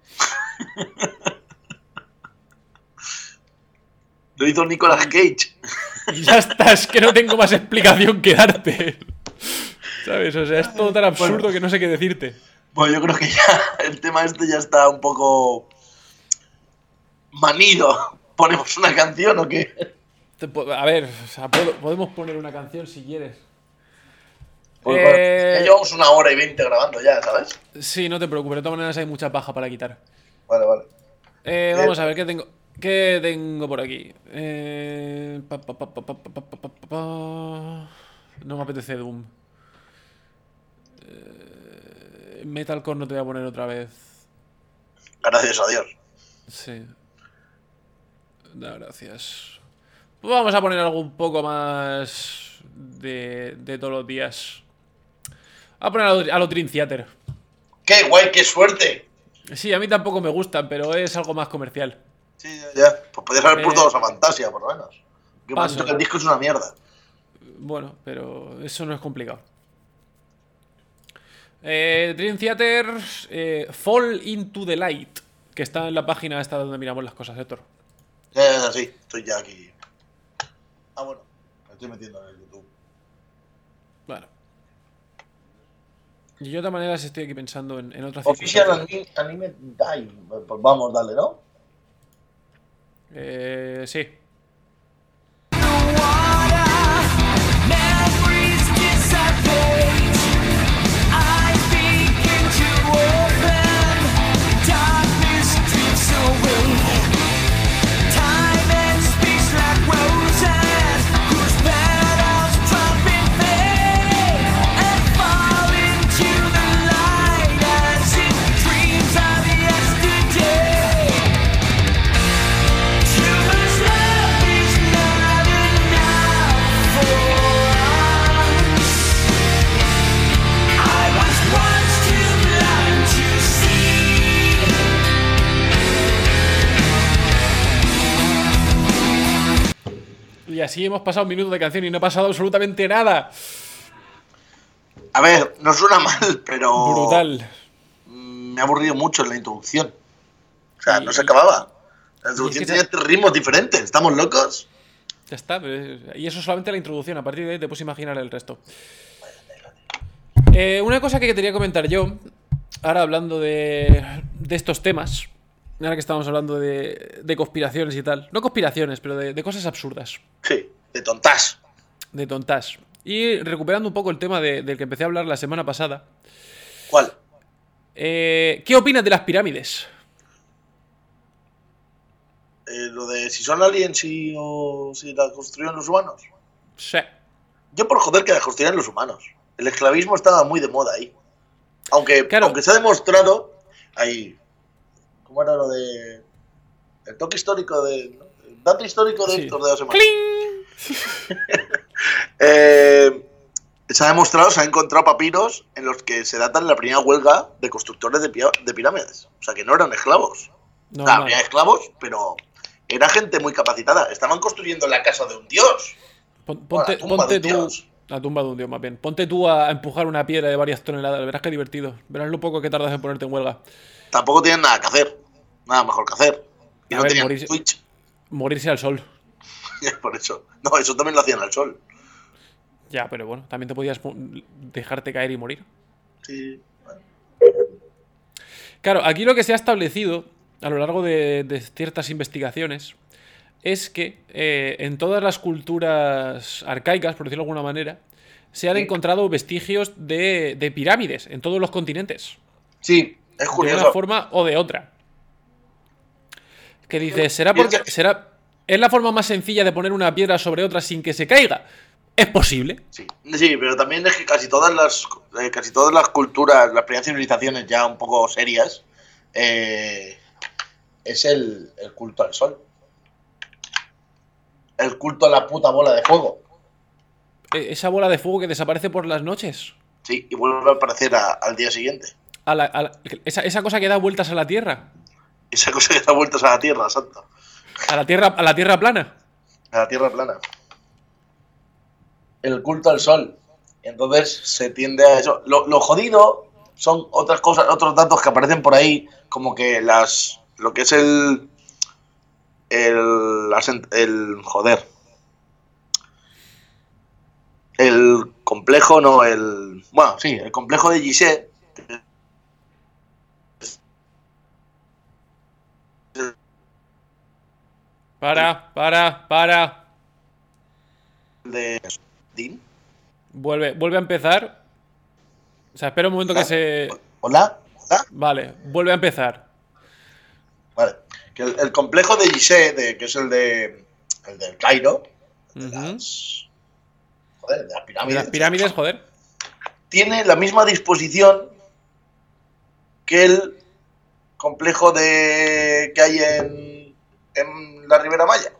S3: Lo hizo
S2: Mm.
S3: Nicolas Cage. *laughs*
S2: Y ya está, es que no tengo más explicación que darte. ¿Sabes? O sea, es todo tan absurdo que no sé qué decirte.
S3: Bueno, yo creo que ya *laughs* el tema este ya está un poco manido. *laughs* ¿Ponemos una canción o qué?
S2: Te po- A ver, o sea, puedo- podemos poner una canción si quieres.
S3: Pues
S2: Eh,
S3: vale, ya llevamos una hora y veinte grabando ya, ¿sabes?
S2: Sí, no te preocupes, de todas maneras hay mucha paja para quitar.
S3: Vale, vale.
S2: Eh, vamos a ver, ¿qué tengo? ¿Qué tengo por aquí? Eh, pa, pa, pa, pa, pa, pa, pa, pa, pa, pa. No me apetece Doom. Eh, Metalcore no te voy a poner otra vez.
S3: Gracias a Dios.
S2: Sí. Da gracias. Pues vamos a poner algo un poco más de, de todos los días. Vamos a poner a lo, a lo Dream Theater.
S3: ¡Qué guay, qué suerte!
S2: Sí, a mí tampoco me gustan, pero es algo más comercial.
S3: Sí, ya, ya. Pues podrías haber
S2: Eh,
S3: puesto a Fantasia, por lo menos. Que me han
S2: paso.
S3: dicho que el disco es una mierda.
S2: Bueno, pero eso no es complicado. Eh, Dream Theater eh, Fall into the Light, que está en la página esta donde miramos las cosas, Héctor.
S3: Ya, ya, ya, sí, estoy ya aquí. Ah, bueno, me estoy metiendo en el YouTube.
S2: Bueno. Y yo de todas maneras estoy aquí pensando en, en otras
S3: Official
S2: circunstancias.
S3: Anime, anime Dive. Pues vamos, dale, ¿no?
S2: Eh, sí.
S6: Yesterday too much love is not enough for us. I was once too blind to see.
S2: Y así hemos pasado un minuto de canción y no ha pasado absolutamente nada.
S3: A ver, no suena mal, pero.
S2: Brutal.
S3: mm, Me ha aburrido mucho en la introducción. O sea,
S2: Y-
S3: no se acababa. La introducción
S2: que
S3: tenía tres ritmos diferentes. ¿Estamos locos?
S2: Ya está, pero es- y eso es solamente la introducción, a partir de ahí te puedes imaginar el resto. Eh, una cosa que quería comentar yo, ahora hablando de, de estos temas, ahora que estamos hablando de, de conspiraciones y tal, no conspiraciones, pero de, de cosas absurdas,
S3: Sí, de tontas.
S2: de tontas. Y recuperando un poco el tema de- del que empecé a hablar la semana pasada,
S3: ¿Cuál?
S2: eh, ¿qué opinas de las pirámides?
S3: Eh, lo de si son aliens y, o si la construyeron los humanos.
S2: O sea,
S3: Yo por joder que la construyeron los humanos. El esclavismo estaba muy de moda ahí. Aunque,
S2: Claro.
S3: aunque se ha demostrado ahí. ¿Cómo era lo de. El toque histórico de. ¿no? El dato histórico de
S2: Sí.
S3: Héctor de la semana. Eh, se ha demostrado, se han encontrado papiros en los que se datan la primera huelga de constructores de, pia- de pirámides. O sea que no eran esclavos. O sea,
S2: normal.
S3: había esclavos, pero era gente muy capacitada. Estaban construyendo la casa de un dios.
S2: Pon-
S3: Bueno,
S2: Ponte,
S3: la tumba
S2: ponte
S3: de un
S2: tú.
S3: dios.
S2: La tumba de un dios, más bien. Ponte tú a a empujar una piedra de varias toneladas. Verás qué divertido. Verás lo poco que tardas en ponerte en huelga.
S3: Tampoco tenían nada que hacer. Nada mejor que hacer. Y
S2: A
S3: no
S2: ver,
S3: tenían
S2: morirse-
S3: Twitch.
S2: Morirse al sol.
S3: *laughs* Por eso. No, eso también lo hacían al sol.
S2: Ya, pero bueno, también te podías mu- dejarte caer y morir.
S3: Sí.
S2: Claro, aquí lo que se ha establecido a lo largo de, de ciertas investigaciones es que eh, en todas las culturas arcaicas, por decirlo de alguna manera, se han encontrado vestigios de, de pirámides en todos los continentes.
S3: Sí, es
S2: de una
S3: curioso.
S2: forma o de otra. Que dices, será
S3: Yo-
S2: porque.
S3: yo-
S2: Será. Es la forma más sencilla de poner una piedra sobre otra sin que se caiga. Es posible.
S3: Sí. Sí, pero también es que casi todas las eh, casi todas las culturas, las primeras civilizaciones ya un poco serias, eh, es el, el culto al sol. El culto a la puta bola de fuego.
S2: E- Esa bola de fuego que desaparece por las noches.
S3: Sí, y vuelve a aparecer a- al día siguiente.
S2: A la- a la- esa, esa cosa que da vueltas a la tierra.
S3: Esa cosa que da vueltas a la tierra, santo.
S2: A la tierra, a la tierra plana.
S3: A la tierra plana. El culto al sol. Entonces se tiende a eso. Lo, lo jodido son otras cosas, otros datos que aparecen por ahí, como que las. lo que es el. el. las en- el joder. El complejo, no, el. Bueno, sí, el complejo de Gizeh.
S2: Para, para, para.
S3: de Din.
S2: Vuelve, vuelve a empezar. O sea, espera un momento que se.
S3: Hola, hola.
S2: Vale, vuelve a empezar.
S3: Vale. Que el, el complejo de Gizeh, de- que es el de el del Cairo, de
S2: Ujú.
S3: las, joder, de las pirámides,
S2: Las pirámides, joder.
S3: tiene la misma disposición que el complejo de que hay en, en la Ribera Maya.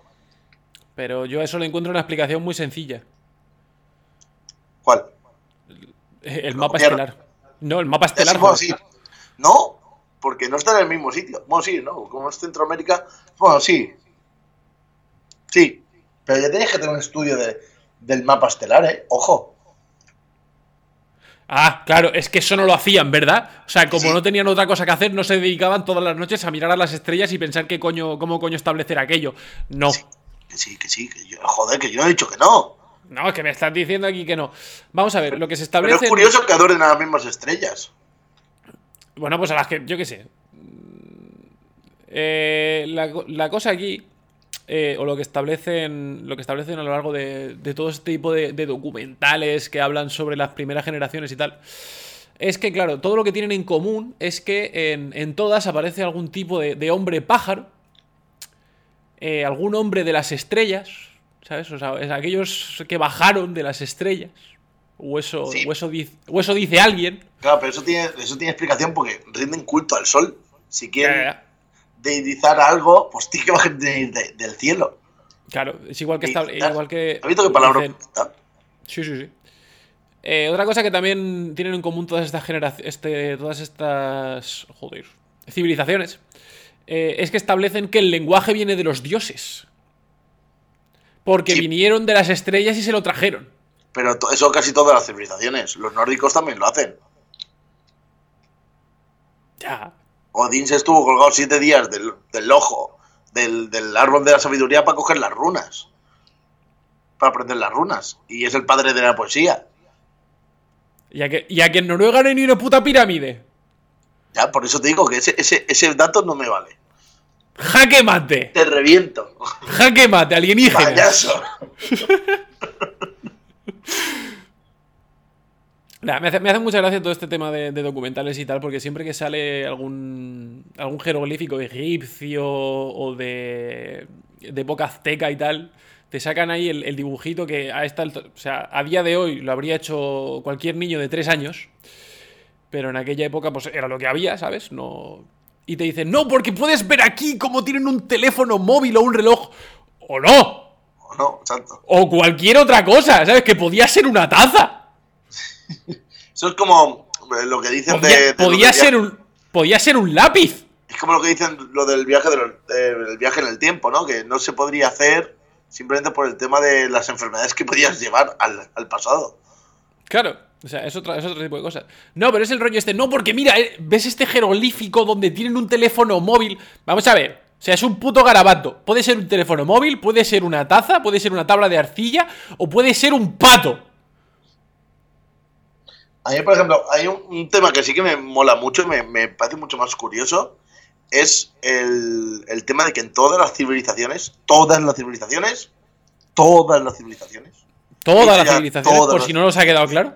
S2: Pero yo a eso le encuentro una explicación muy sencilla.
S3: ¿Cuál?
S2: El
S3: Lo
S2: mapa
S3: copiaron.
S2: estelar. No, Eh, el mapa
S3: Es
S2: estelar.
S3: como
S2: joder.
S3: así. No, porque no está en el mismo sitio. Bueno, sí, ¿no? Como es Centroamérica, bueno, sí. Sí, pero ya tenéis que tener un estudio de, del mapa estelar, ¿eh? Ojo.
S2: Ah, claro, es que eso no lo hacían, ¿verdad? O sea, como
S3: Sí.
S2: no tenían otra cosa que hacer, no se dedicaban todas las noches a mirar a las estrellas y pensar qué coño, cómo coño establecer aquello. No.
S3: Que sí, que sí, que yo, joder, que yo no he dicho que no.
S2: No, es que me estás diciendo aquí que no. Vamos a ver, lo que se
S3: Pero
S2: establece.
S3: es curioso que adoren a las mismas estrellas.
S2: Bueno, pues a las que. Yo qué sé. Eh, la, co- la cosa aquí. eh, o lo que establecen. Lo que establecen a lo largo de, de todo este tipo de, de documentales que hablan sobre las primeras generaciones y tal. Es que, claro, todo lo que tienen en común es que en, en todas aparece algún tipo de, de hombre pájaro. eh, algún hombre de las estrellas. ¿Sabes? O sea, es aquellos que bajaron de las estrellas. O eso,
S3: Sí.
S2: o eso dice, o eso dice alguien.
S3: Claro, pero eso tiene, eso tiene explicación porque rinden culto al sol. Si
S2: Ya, ya,
S3: quieren
S2: ya.
S3: deidizar algo, pues tiene que bajar de- de- del cielo.
S2: Claro, es igual que... estab-
S3: Deidizar.
S2: igual que
S3: ¿Has visto qué palabra?
S2: dicen-
S3: bonita?
S2: Sí, sí, sí. Eh, otra cosa que también tienen en común todas estas generaciones... todas estas... Joder. Civilizaciones. eh, es que establecen que el lenguaje viene de los dioses. Porque
S3: Sí.
S2: vinieron de las estrellas y se lo trajeron.
S3: Pero to- eso casi todas las civilizaciones. Los nórdicos también lo hacen.
S2: Ya.
S3: Odín se estuvo colgado siete días del, del ojo del, del árbol de la sabiduría para coger las runas. Para aprender las runas. Y es el padre de la poesía.
S2: Ya que, ya que en Noruega no hay ni una puta pirámide.
S3: Ya, por eso te digo que ese, ese, ese dato no me vale.
S2: ¡Jaque mate!
S3: Te reviento. *laughs*
S2: ¡Jaque mate, alienígena! *laughs*
S3: Payaso.
S2: Nah, me, hace, me hace mucha gracia todo este tema de, de documentales y tal, porque siempre que sale algún, algún jeroglífico egipcio o de, de época azteca y tal, te sacan ahí el, el dibujito que a esta altura- o sea, a día de hoy lo habría hecho cualquier niño de tres años, pero en aquella época pues era lo que había, ¿sabes? No... Y te dicen, no, porque puedes ver aquí cómo tienen un teléfono móvil o un reloj, o no,
S3: O No, exacto.
S2: o cualquier otra cosa, ¿sabes? Que podía ser una taza.
S3: Eso es como eh, lo que dicen de-
S2: Podía,
S3: de. lo
S2: podía
S3: del
S2: ser
S3: viaje-
S2: un, podía ser un lápiz.
S3: Es como lo que dicen lo del viaje, de los- de- del viaje en el tiempo, ¿no? Que no se podría hacer simplemente por el tema de las enfermedades que podías llevar al, al pasado.
S2: Claro. O sea, es otro, es otro tipo de cosas. No, pero es el rollo este. No, porque mira, eh, ves este jeroglífico donde tienen un teléfono móvil. Vamos a ver. O sea, es un puto garabato. Puede ser un teléfono móvil, puede ser una taza, puede ser una tabla de arcilla o puede ser un pato.
S3: A mí, por ejemplo, hay un, un tema que sí que me mola mucho y me, me parece mucho más curioso. Es el, el tema de que en todas las civilizaciones, todas las civilizaciones, todas las civilizaciones,
S2: Todas
S3: Sí,
S2: las
S3: ya,
S2: civilizaciones,
S3: todas
S2: por
S3: las-
S2: si no nos ha quedado claro.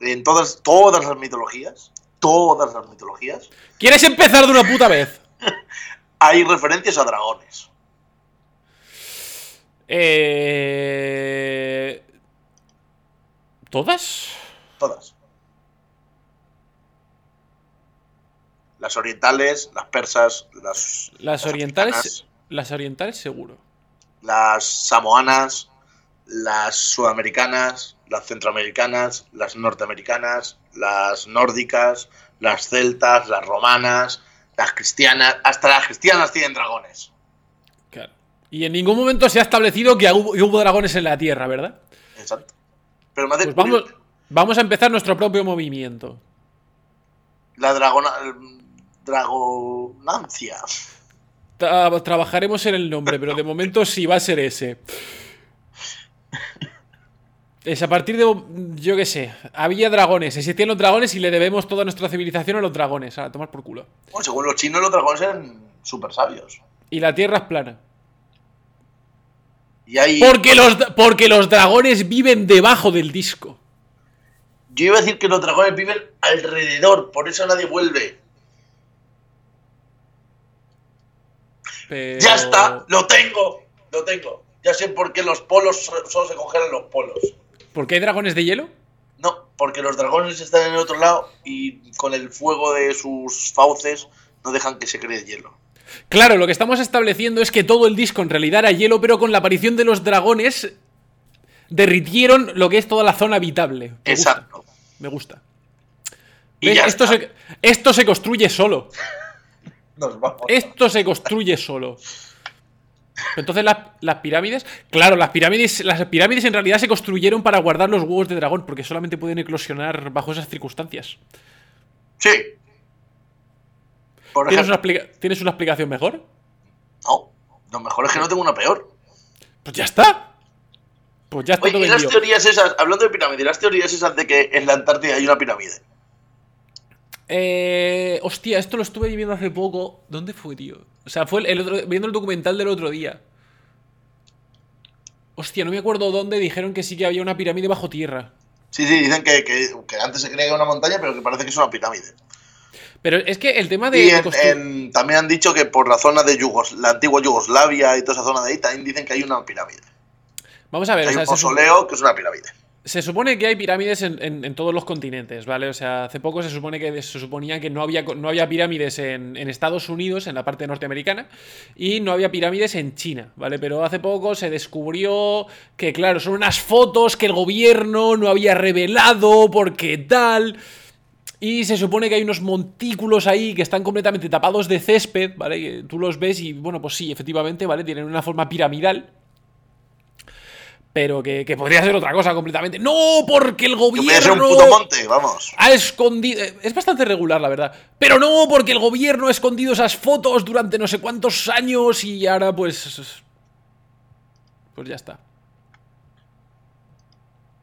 S3: en todas, todas las mitologías, todas las mitologías,
S2: ¿Quieres empezar de una puta vez?
S3: hay referencias a dragones.
S2: Eh... ¿Todas?
S3: Todas. Las orientales, las persas, las.
S2: Las orientales,
S3: africanas,
S2: las orientales seguro.
S3: Las samoanas, las sudamericanas, las centroamericanas, las norteamericanas, las nórdicas, las celtas, las romanas, las cristianas. Hasta las cristianas tienen dragones.
S2: Claro. Y en ningún momento se ha establecido que hubo, que hubo dragones en la Tierra, ¿verdad?
S3: Exacto. Pero me hace
S2: Pues vamos,
S3: curioso,
S2: vamos a empezar nuestro propio movimiento.
S3: La dragona. Dragonancia.
S2: Tra- trabajaremos en el nombre, pero de momento sí va a ser ese. Es a partir de. Yo qué sé. Había dragones, existían los dragones y le debemos toda nuestra civilización a los dragones. A tomar por culo.
S3: Bueno, según los chinos, los dragones eran súper sabios.
S2: Y la Tierra es plana.
S3: Y hay.
S2: Porque los, porque los dragones viven debajo del disco.
S3: Yo iba a decir que los dragones viven alrededor, por eso nadie vuelve.
S2: Pero-
S3: Ya está, lo tengo, lo tengo. Ya sé por qué los polos so- solo se congelan los polos.
S2: ¿Por qué hay dragones de hielo?
S3: No, porque los dragones están en el otro lado y con el fuego de sus fauces no dejan que se cree hielo.
S2: Claro, lo que estamos estableciendo es que todo el disco en realidad era hielo, pero con la aparición de los dragones derritieron lo que es toda la zona habitable. Me gusta,
S3: Exacto.
S2: Me gusta.
S3: Y
S2: ¿Ves?
S3: ya
S2: Esto,
S3: está.
S2: se, esto se construye solo.
S3: Nos vamos.
S2: Esto se construye solo. Entonces las, las pirámides, claro, las pirámides, las pirámides en realidad se construyeron para guardar los huevos de dragón, porque solamente pueden eclosionar bajo esas circunstancias.
S3: Sí. Por
S2: ¿Tienes una,
S3: ejemplo,
S2: explica- ¿tienes una explicación mejor?
S3: no. Lo mejor es que no tengo una peor.
S2: Pues ya está. Pues ya está todo
S3: Oye, y las
S2: vendido.
S3: teorías esas, hablando de pirámides, las teorías esas de que en la Antártida hay una pirámide.
S2: Eh, hostia, esto lo estuve viendo hace poco. ¿Dónde fue, tío? O sea, fue el, el otro, viendo el documental del otro día. Hostia, no me acuerdo dónde dijeron que sí que había una pirámide bajo tierra.
S3: Sí, sí, dicen que, que- que antes se creía que era una montaña, pero que parece que es una pirámide.
S2: Pero es que el tema de...
S3: Y
S2: de
S3: en-
S2: constru-
S3: en- también han dicho que por la zona de Yugos, la antigua Yugoslavia y toda esa zona de ahí, también dicen que hay una pirámide.
S2: Vamos a ver, o
S3: hay
S2: sea,
S3: un
S2: se, su-
S3: mausoleo que es una pirámide.
S2: se supone que hay pirámides en, en- en todos los continentes, ¿vale? O sea, hace poco se supone que se suponía que no había, co- no había pirámides en, en Estados Unidos, en la parte norteamericana, y no había pirámides en China, ¿vale? Pero hace poco se descubrió que, claro, son unas fotos que el gobierno no había revelado porque tal. Y se supone que hay unos montículos ahí que están completamente tapados de césped, ¿vale? Que Tú los ves y, bueno, pues sí, efectivamente, ¿vale? Tienen una forma piramidal. Pero que, que podría ser otra cosa completamente. ¡No! Porque el
S3: Que
S2: gobierno
S3: puede ser un puto monte, vamos.
S2: ha escondido. eh, Es bastante regular, la verdad. Pero no, porque el gobierno ha escondido esas fotos durante no sé cuántos años y ahora, pues. Pues ya está.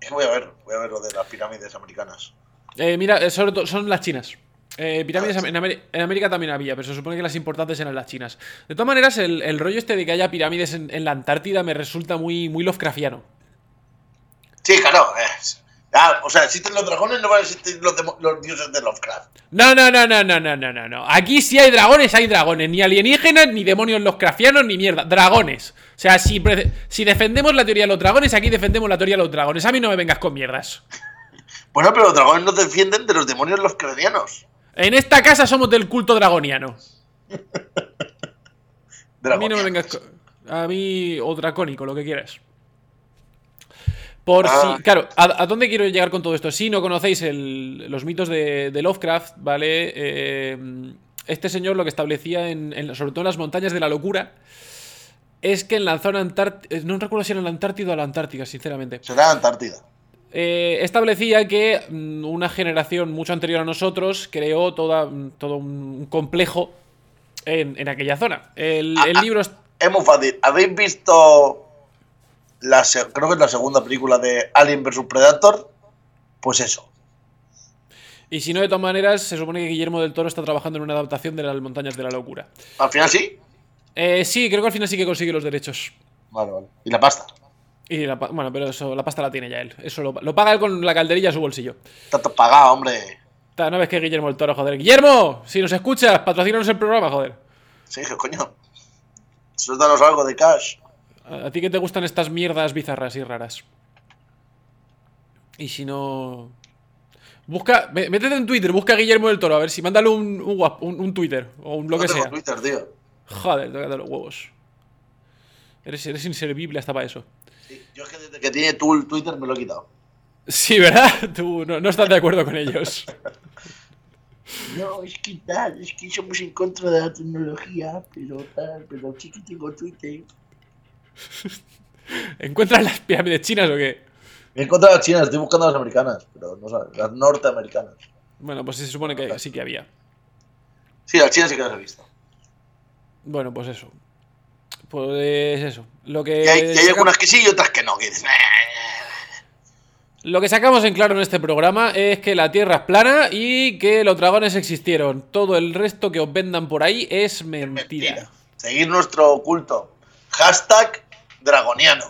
S3: Es que voy a ver, voy a ver lo de las pirámides americanas.
S2: Eh, mira, eh, sobre todo son las chinas. Eh, pirámides en, Ameri- en América también había, pero se supone que las importantes eran las chinas. De todas maneras, el, el rollo este de que haya pirámides en, en la Antártida me resulta muy, muy Lovecraftiano.
S3: Sí, claro. es- ah, o sea, existen los dragones, no van a existir los, demo- los dioses de Lovecraft.
S2: No, no, no, no, no, no, no, no, no. Aquí si hay dragones, hay dragones. Ni alienígenas, ni demonios lovecraftianos, ni mierda. Dragones. O sea, si, pre- si defendemos la teoría de los dragones, aquí defendemos la teoría de los dragones. A mí no me vengas con mierdas.
S3: Bueno, pero los dragones nos defienden de los demonios Lovecraftianos.
S2: En esta casa somos del culto dragoniano. A mí no me
S3: Dragonianos.
S2: vengas con... A mí o dracónico, lo que quieras. Por
S3: Ah.
S2: si... Claro, ¿a, a dónde quiero llegar con todo esto? Si no conocéis el- los mitos de, de Lovecraft, ¿vale? Eh, este señor lo que establecía, en, en- sobre todo en las montañas de la locura, es que en la zona Antártida... No recuerdo si era en la Antártida o la Antártica, sinceramente.
S3: Será Antártida.
S2: Eh, establecía que mm, una generación mucho anterior a nosotros creó toda, mm, todo un complejo en, en aquella zona. El,
S3: Ah,
S2: el
S3: ah.
S2: libro... es-
S3: Es muy fácil. ¿Habéis visto la se- creo que es la segunda película de Alien vs Predator? Pues eso.
S2: Y si no, de todas maneras, se supone que Guillermo del Toro está trabajando en una adaptación de las montañas de la locura.
S3: Al final sí.
S2: Eh, sí, creo que al final sí que consigue los derechos.
S3: Vale, vale. Y la pasta.
S2: Y la pa- bueno, pero eso, la pasta la tiene ya él. Eso lo, lo paga él con la calderilla a su bolsillo.
S3: Tanto pagado, hombre.
S2: Ta, No ves que Guillermo del Toro, joder. Guillermo, si nos escuchas, patrocínanos el programa, joder.
S3: Sí, que coño. Suéltanos algo de cash.
S2: ¿A, a ti que te gustan estas mierdas bizarras y raras? Y si no... Busca, mé- métete en Twitter, busca a Guillermo del Toro, a ver si mándale un, un, guap- un- un Twitter o un lo
S3: no
S2: que
S3: tengo
S2: sea.
S3: Twitter, tío.
S2: Joder, tócate los huevos. Eres, eres inservible hasta para eso.
S3: Sí, yo es que desde que tiene tú el Twitter me lo he quitado.
S2: Sí, ¿verdad? *laughs* Tú no, no estás de acuerdo con
S3: *laughs*
S2: ellos.
S3: No, es que tal, es que somos en contra de la tecnología, pero tal, pero sí que tengo Twitter.
S2: ¿Encuentras las pirámides chinas o qué?
S3: Me he encontrado las chinas, estoy buscando las americanas, pero no sabes, las norteamericanas.
S2: Bueno, pues sí, se supone que sí que había.
S3: Sí, las chinas sí que las he visto.
S2: Bueno, pues eso. Pues eso. Lo que,
S3: Y hay, y hay
S2: saca-
S3: algunas que sí y otras que no, que dices,
S2: lo que sacamos en claro en este programa es que la Tierra es plana y que los dragones existieron. Todo el resto que os vendan por ahí es mentira.
S3: Seguir nuestro culto. Hashtag dragoniano.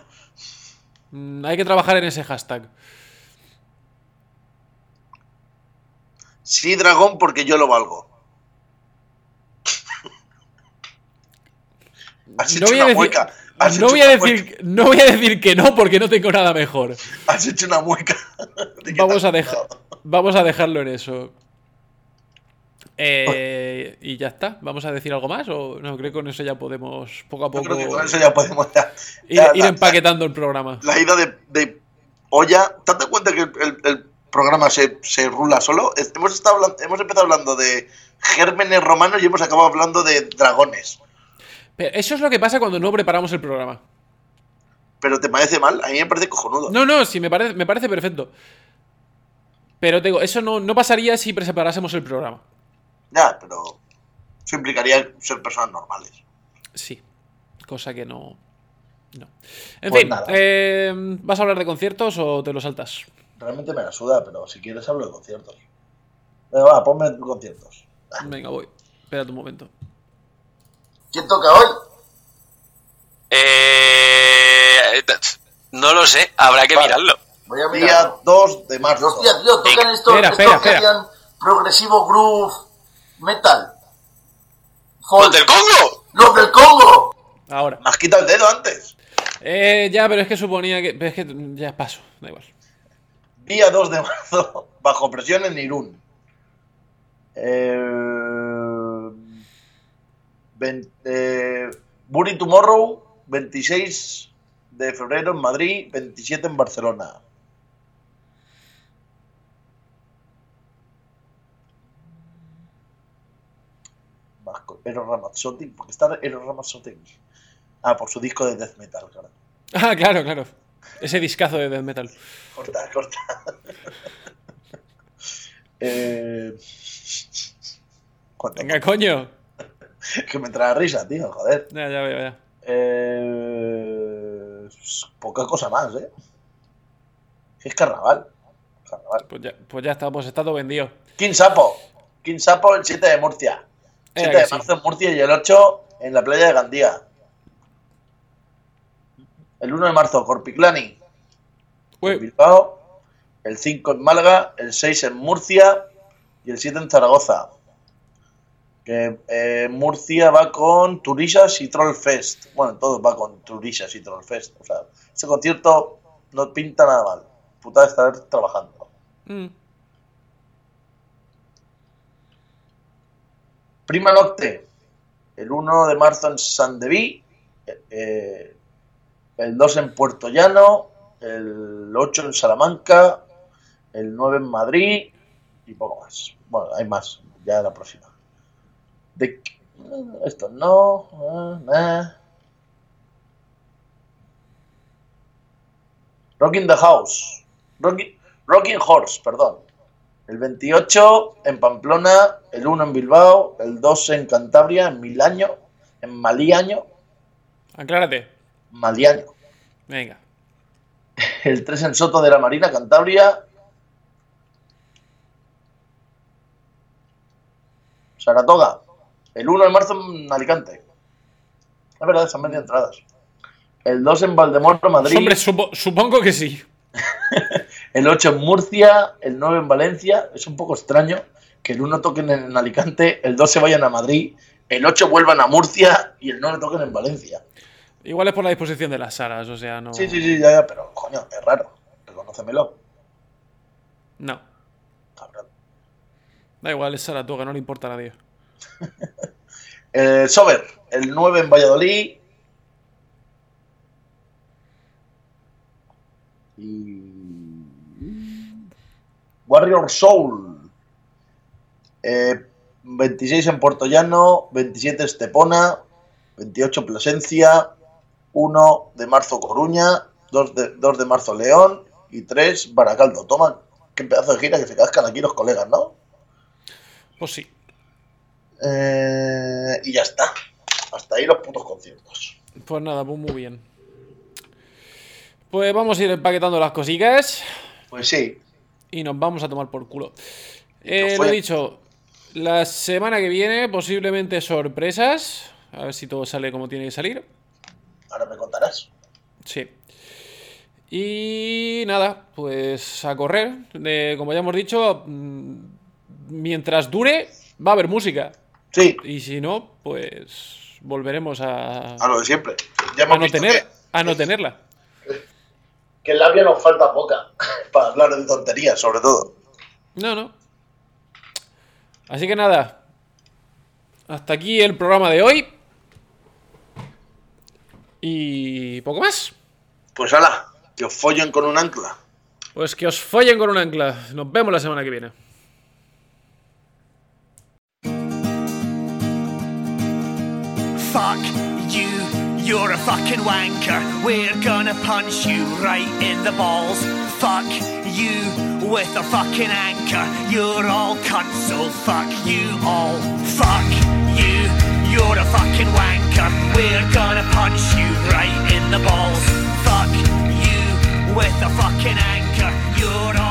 S2: Mm, hay que trabajar en ese hashtag.
S3: Sí, dragón, porque yo lo *laughs* valgo. Has hecho
S2: No voy a
S3: una
S2: decir-
S3: mueca. Has
S2: no
S3: hecho
S2: voy a
S3: una
S2: decir, no voy a decir que no porque no tengo nada mejor.
S3: mueca. Has hecho una mueca. *laughs* ¿De qué
S2: Vamos
S3: te
S2: a,
S3: has
S2: dejar,
S3: acordado?
S2: vamos a dejarlo en eso. Eh, y ya está. ¿Vamos a decir algo más? O no, creo que con eso ya podemos poco a
S3: Yo
S2: poco
S3: creo que con eso ya podemos ya-
S2: ir,
S3: ya
S2: ir
S3: la,
S2: empaquetando el programa.
S3: la ida de, de olla. ¿Te has dado cuenta que el, el- el programa se, se rula solo. Es- Hemos, estado hablan- hemos empezado hablando de gérmenes romanos y hemos acabado hablando de dragones.
S2: Pero eso es lo que pasa cuando no preparamos el programa.
S3: ¿Pero te parece mal? A mí me parece cojonudo.
S2: No, no, sí, me parece, me parece perfecto. Pero te digo, eso no, no pasaría si preparásemos el programa.
S3: Ya, pero eso implicaría ser personas normales.
S2: Sí. Cosa que no. No. En
S3: Pues
S2: fin,
S3: nada.
S2: eh, ¿vas a hablar de conciertos o te lo saltas?
S3: Realmente me la suda, pero si quieres hablo de conciertos. Venga, va, ponme conciertos.
S2: Venga, voy. Espérate un momento.
S3: ¿Quién toca hoy?
S7: Eh, no lo sé, habrá que
S8: Vale.
S7: mirarlo.
S8: Voy a mirar.
S3: Día 2 de marzo.
S8: Hostia, tío, tocan esto,
S2: Espera,
S8: esto
S2: espera,
S8: que
S2: espera.
S8: hacían progresivo groove metal. Folk.
S7: ¡Los del Congo!
S8: ¡Los del Congo!
S2: Ahora.
S3: Me has quitado el dedo antes.
S2: Eh, ya, pero es que suponía que. pero es que ya paso, da igual. *laughs*
S3: Día 2 de marzo, *laughs* bajo presión en Irún. Eh, ven- eh, Bury Tomorrow, 26 de febrero en Madrid, 27 en Barcelona. Vasco, Eros Ramazzotti, porque está Eros Ramazzotti. Ah, por su disco de death metal, claro.
S2: Ah, claro, claro. Ese discazo de death metal.
S3: Corta, corta. eh... ¿cuánto?
S2: Venga, coño.
S3: Que me trae risa, tío, joder.
S2: Ya, ya, ya, ya.
S3: Eh... Poca cosa más, ¿eh? Es carnaval. carnaval.
S2: Pues ya, pues ya está, pues está todo vendido.
S3: King Sapo. King Sapo el 7 de Murcia.
S2: Eh,
S3: 7 de
S2: que sí.
S3: marzo en Murcia y el 8 en la playa de Gandía. El 1 de marzo, Corpiclani. en
S2: Uy,
S3: Bilbao, el 5 en Málaga, el 6 en Murcia y el 7 en Zaragoza. Que eh, Murcia va con Turisas y Trollfest. Bueno, todo va con Turisas y Trollfest. O sea, ese concierto no pinta nada mal. Puta de estar trabajando.
S2: mm,
S3: Prima Nocte, el 1 de marzo en Sandeví, eh, el 2 en Puerto Llano, el 8 en Salamanca, el 9 en Madrid y poco más. Bueno, hay más, ya la próxima. De, esto no, ah, nah. Rocking the House, Rocking, Rocking Horse, perdón. El 28 en Pamplona, el 1 en Bilbao, el 2 en Cantabria, en Milaño, en Maliaño,
S2: aclárate.
S3: Maliaño.
S2: Venga.
S3: El 3 en Soto de la Marina, Cantabria. Saratoga. El 1 de marzo en Alicante. Es verdad, son medio entradas. El 2 en Valdemoro, Madrid.
S2: Hombre, supo- supongo que sí.
S3: El 8 en Murcia, el 9 en Valencia. Es un poco extraño que el 1 toquen en Alicante, el 2 se vayan a Madrid, el 8 vuelvan a Murcia y el 9 toquen en Valencia.
S2: Igual es por la disposición de las salas, o sea, no.
S3: Sí, sí, sí, ya, ya, pero coño, es raro. Reconócemelo,
S2: No.
S3: cabrón.
S2: Da igual, es Saratoga, no le importa a nadie.
S3: Eh, Sober, el 9 en Valladolid. Y... Warrior Soul. Eh, 26 en Puerto Llano, 27 Estepona, 28 Plasencia, 1 de marzo Coruña, 2 de, 2 de marzo León y 3 Baracaldo. Toma, qué pedazo de gira que se cascan aquí los colegas, ¿no?
S2: Pues sí.
S3: Eh, y ya está. Hasta ahí los putos conciertos.
S2: Pues nada, pues muy bien. Pues vamos a ir empaquetando las cositas
S3: Pues sí.
S2: y nos vamos a tomar por culo.
S3: nos
S2: Eh, lo
S3: follan.
S2: dicho, la semana que viene posiblemente sorpresas. A ver si todo sale como tiene que salir.
S3: Ahora me contarás.
S2: Sí. Y nada, pues a correr. De- como ya hemos dicho, mm, mientras dure, va a haber música.
S3: Sí,
S2: Y si no, pues volveremos a,
S3: a Ah, lo de siempre. Ya
S2: a
S3: hemos
S2: no,
S3: visto
S2: tener,
S3: que-
S2: a no tenerla.
S3: que el labio nos falta poca *laughs* para hablar de tonterías, sobre todo.
S2: No, no. Así que nada. Hasta aquí el programa de hoy. Y poco más.
S3: Pues ala, que os follen con un ancla.
S2: Pues que os follen con un ancla. Nos vemos la semana que viene.
S9: Fuck you, you're a fucking wanker. We're gonna punch you right in the balls. Fuck you with a fucking anchor. You're all cunts, so fuck you all. Fuck you, you're a fucking wanker. We're gonna punch you right in the balls. Fuck you with a fucking anchor. You're